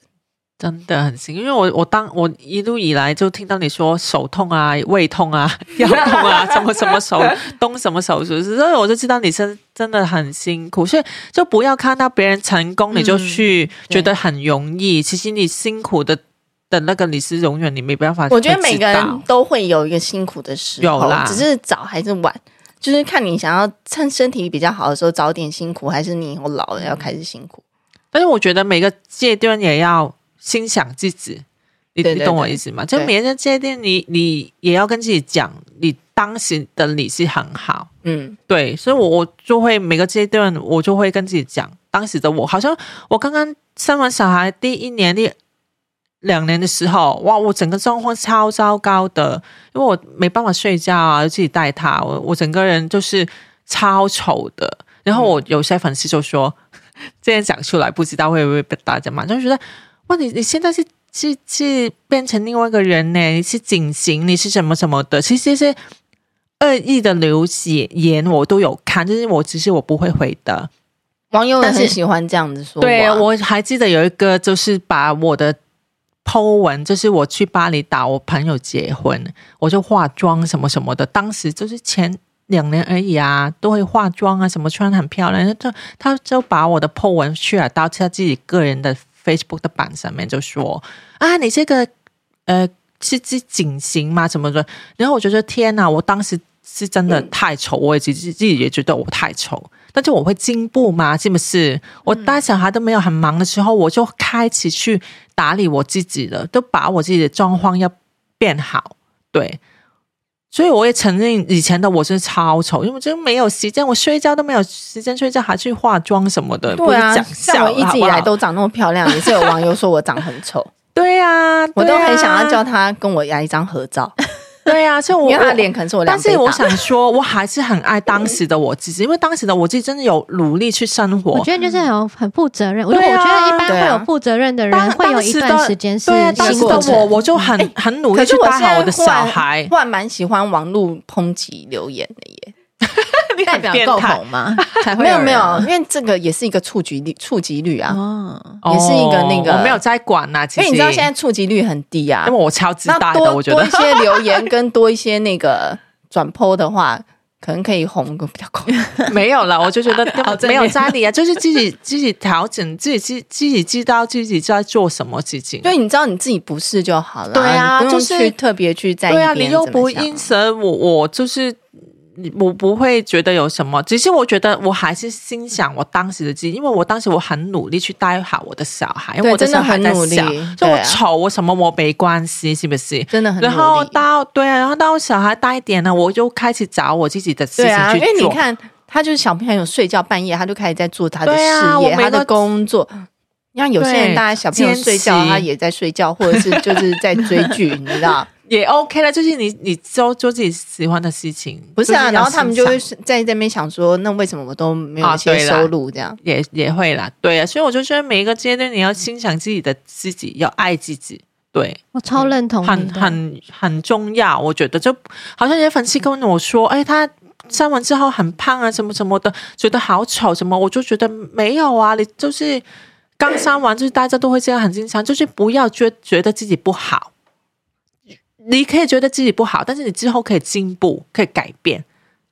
真的很辛苦，因为我我当我一路以来就听到你说手痛啊、胃痛啊、 [LAUGHS] 腰痛啊，什么什么 [LAUGHS] 手动什么手术，所以我就知道你是真的很辛苦，所以就不要看到别人成功你就去嗯对觉得很容易，其实你辛苦的的那个你是永远你没办法会知道，我觉得每个人都会有一个辛苦的时有候啦，只是早还是晚。就是看你想要趁身体比较好的时候早点辛苦，还是你以后老了要开始辛苦。但是我觉得每个阶段也要欣赏自己，你对你对懂我对意思吗？就对每人界定你，你也要跟自己讲，你当时的你是很好，嗯，对，所以我我就会每个阶段，我就会跟自己讲，当时的我好像我刚刚生完小孩第一年、第两年的时候，哇，我整个状况超糟糕的，因为我没办法睡觉啊，自己带他，我我整个人就是超丑的。然后我有些粉丝就说，这样讲出来不知道会不会被大家骂，就觉得哇，你你现在是。是是变成另外一个人呢？你是警醒，你是什么什么的？其实是恶意的留言言我都有看，就是我只是我不会回的。网友也但是很喜欢这样子说。对，我还记得有一个就是把我的 Po 文，就是我去巴厘岛，我朋友结婚，我就化妆什么什么的，当时就是前。两年而已啊，都会化妆啊，什么穿得很漂亮。他他就把我的 po 文 share 到他自己个人的 Facebook 的版上面，就说啊，你这个呃是是警醒吗？什么的？然后我觉得天哪，我当时是真嗯的太丑，我也自己自己也觉得我太丑。但是我会进步吗？是不是？我带小孩都没有很忙的时候，我就开始去打理我自己了，都把我自己的状况要变好。对，所以我也承认以前的我是超丑，因为真没有时间，我睡觉都没有时间睡觉，还去化妆什么的，对啊不是，讲像笑我了一直以好来不好都长那么漂 [LAUGHS] 亮，也是有网友说我长很丑，对啊，我都对啊很想要叫他跟我来一张合照，对啊，所以我因为他我的脸可能是我两但倍大。是我想说，我还是很爱当时的我自己，因为当时的我自己真的有努力去生活我。觉得就是很很负责任。我、对啊我觉得一般对会啊有负责任的当人，会有一当段时的时间是对啊，当辛时苦的过程哎我，我就很、很努力可去是我带现好在我的忽小然孩，忽然蛮喜欢网络抨击留言的耶。 [LAUGHS] 你代很表变够态红吗？啊才会没有啊人没有，因为这个也是一个触及率，触及率啊，哦， [LAUGHS] 也是一个哦那个我没有在管呐、其因为实你知道现在，触及率很低啊因为。我超自那大的，我多觉 [LAUGHS] 多得一些留 [LAUGHS] 言跟多一些那个转播的话，可能可以红个比较 [LAUGHS] 快。没有了，我就觉得 [LAUGHS] 正没面有在理啊，就是自己自己调整，自己自自己知道自己在做什么事情。对，你知道你自己不是就好了，对啊你不用就是去特别去在意对啊，别你人又怎不么想因此我，我就是我不会觉得有什么，只是我觉得我还是欣赏我当时的自己，因为我当时我很努力去带好我的小孩，因为对我真的小孩很在努力小对啊就我丑我什么我没关系，是不是？真的很努然力后到对啊，然后到小孩大一点了，我就开始找我自己的事对情啊，去因为你做。看他就是小朋友睡觉半夜，他就开始在做他的事对啊我业、每他的个工作。你看有些人，对大家小朋友坚睡觉，持他也在睡觉，或者是就是在追 [LAUGHS] 剧，你知道？也 OK 了，就是你你做做自己喜欢的事情，不是就啊，要然后他们就会欣赏在那边想说，那为什么我都没有啊一些对啦收入这样？也也会啦，对啊，所以我就觉得每一个阶段你要欣赏自己的自己，要爱自己，对，我超认同你很的。很很重要，我觉得就好像有些粉丝跟我说，哎，他生完之后很胖啊，什么什么的，觉得好丑什么，我就觉得没有啊，你就是刚生完，就是大家都会这样，很经常，就是不要觉觉得自己不好，你可以觉得自己不好，但是你之后可以进步，可以改变，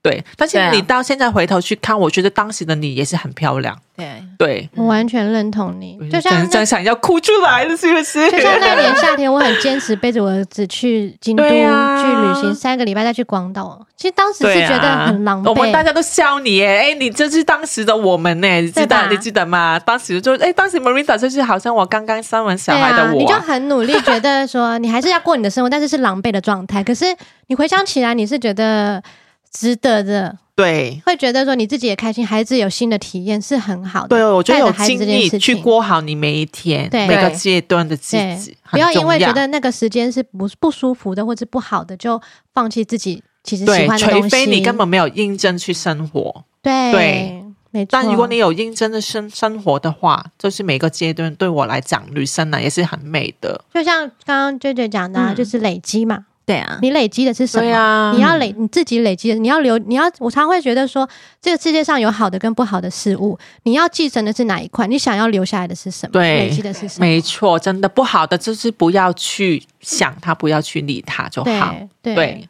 对，但是对啊你到现在回头去看，我觉得当时的你也是很漂亮，对，对。我完全认同你，就像真那真想要哭出来了，是不是？就 [LAUGHS] 像那年夏天，我很坚持背着我儿子去京都、对啊去旅行三个礼拜，再去广岛。其实当时是对啊觉得很狼狈，啊。我们大家都笑你耶，哎，你这是当时的我们呢，你知对吧道你记得吗？当时就哎，当时 Marita 就是好像我刚刚生完小孩的对啊，你我就啊，很努力，觉得说你还是要过你的生活，但是是狼狈的状态。可是你回想起来，你是觉得值得的，对会觉得说你自己也开心，孩子有新的体验是很好的。对，我觉得带有着孩子经这件历事去情过好你每一天，对每个阶段的自对己，，不很要因为重觉要得那个时间是不不舒服的或者不好的，就放弃自己其实喜对，欢的除东西。非你根本没有认真去生活，对对没错。但如果你有认真的生生活的话，就是每个阶段对我来讲，女生啊呢也是很美的。就像刚刚 J J 讲的、啊，嗯就是累积嘛，对啊，你累积的是什么？对啊，你要累你自己累积的，你要留，你要我常会觉得说，这个世界上有好的跟不好的事物，你要继承的是哪一块？你想要留下来的是什么？对累积的是什么？没错，真的不好的就是不要去想它，不要去理它就好。对对对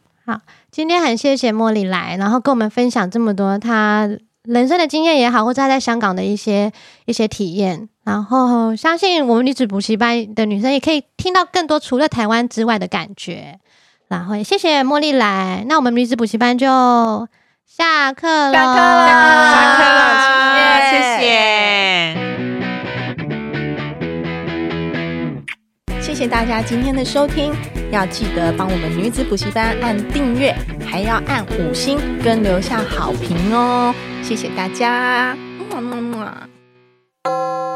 今天很谢谢茉莉来，然后跟我们分享这么多她人生的经验也好，或者她在香港的一些一些体验。然后相信我们女子补习班的女生也可以听到更多除了台湾之外的感觉。然后也谢谢茉莉来，那我们女子补习班就下课下课了，了下课啊了，谢谢谢。谢谢谢大家今天的收听，要记得帮我们女子补习班按订阅，还要按五星跟留下好评哦，谢谢大家，么么么。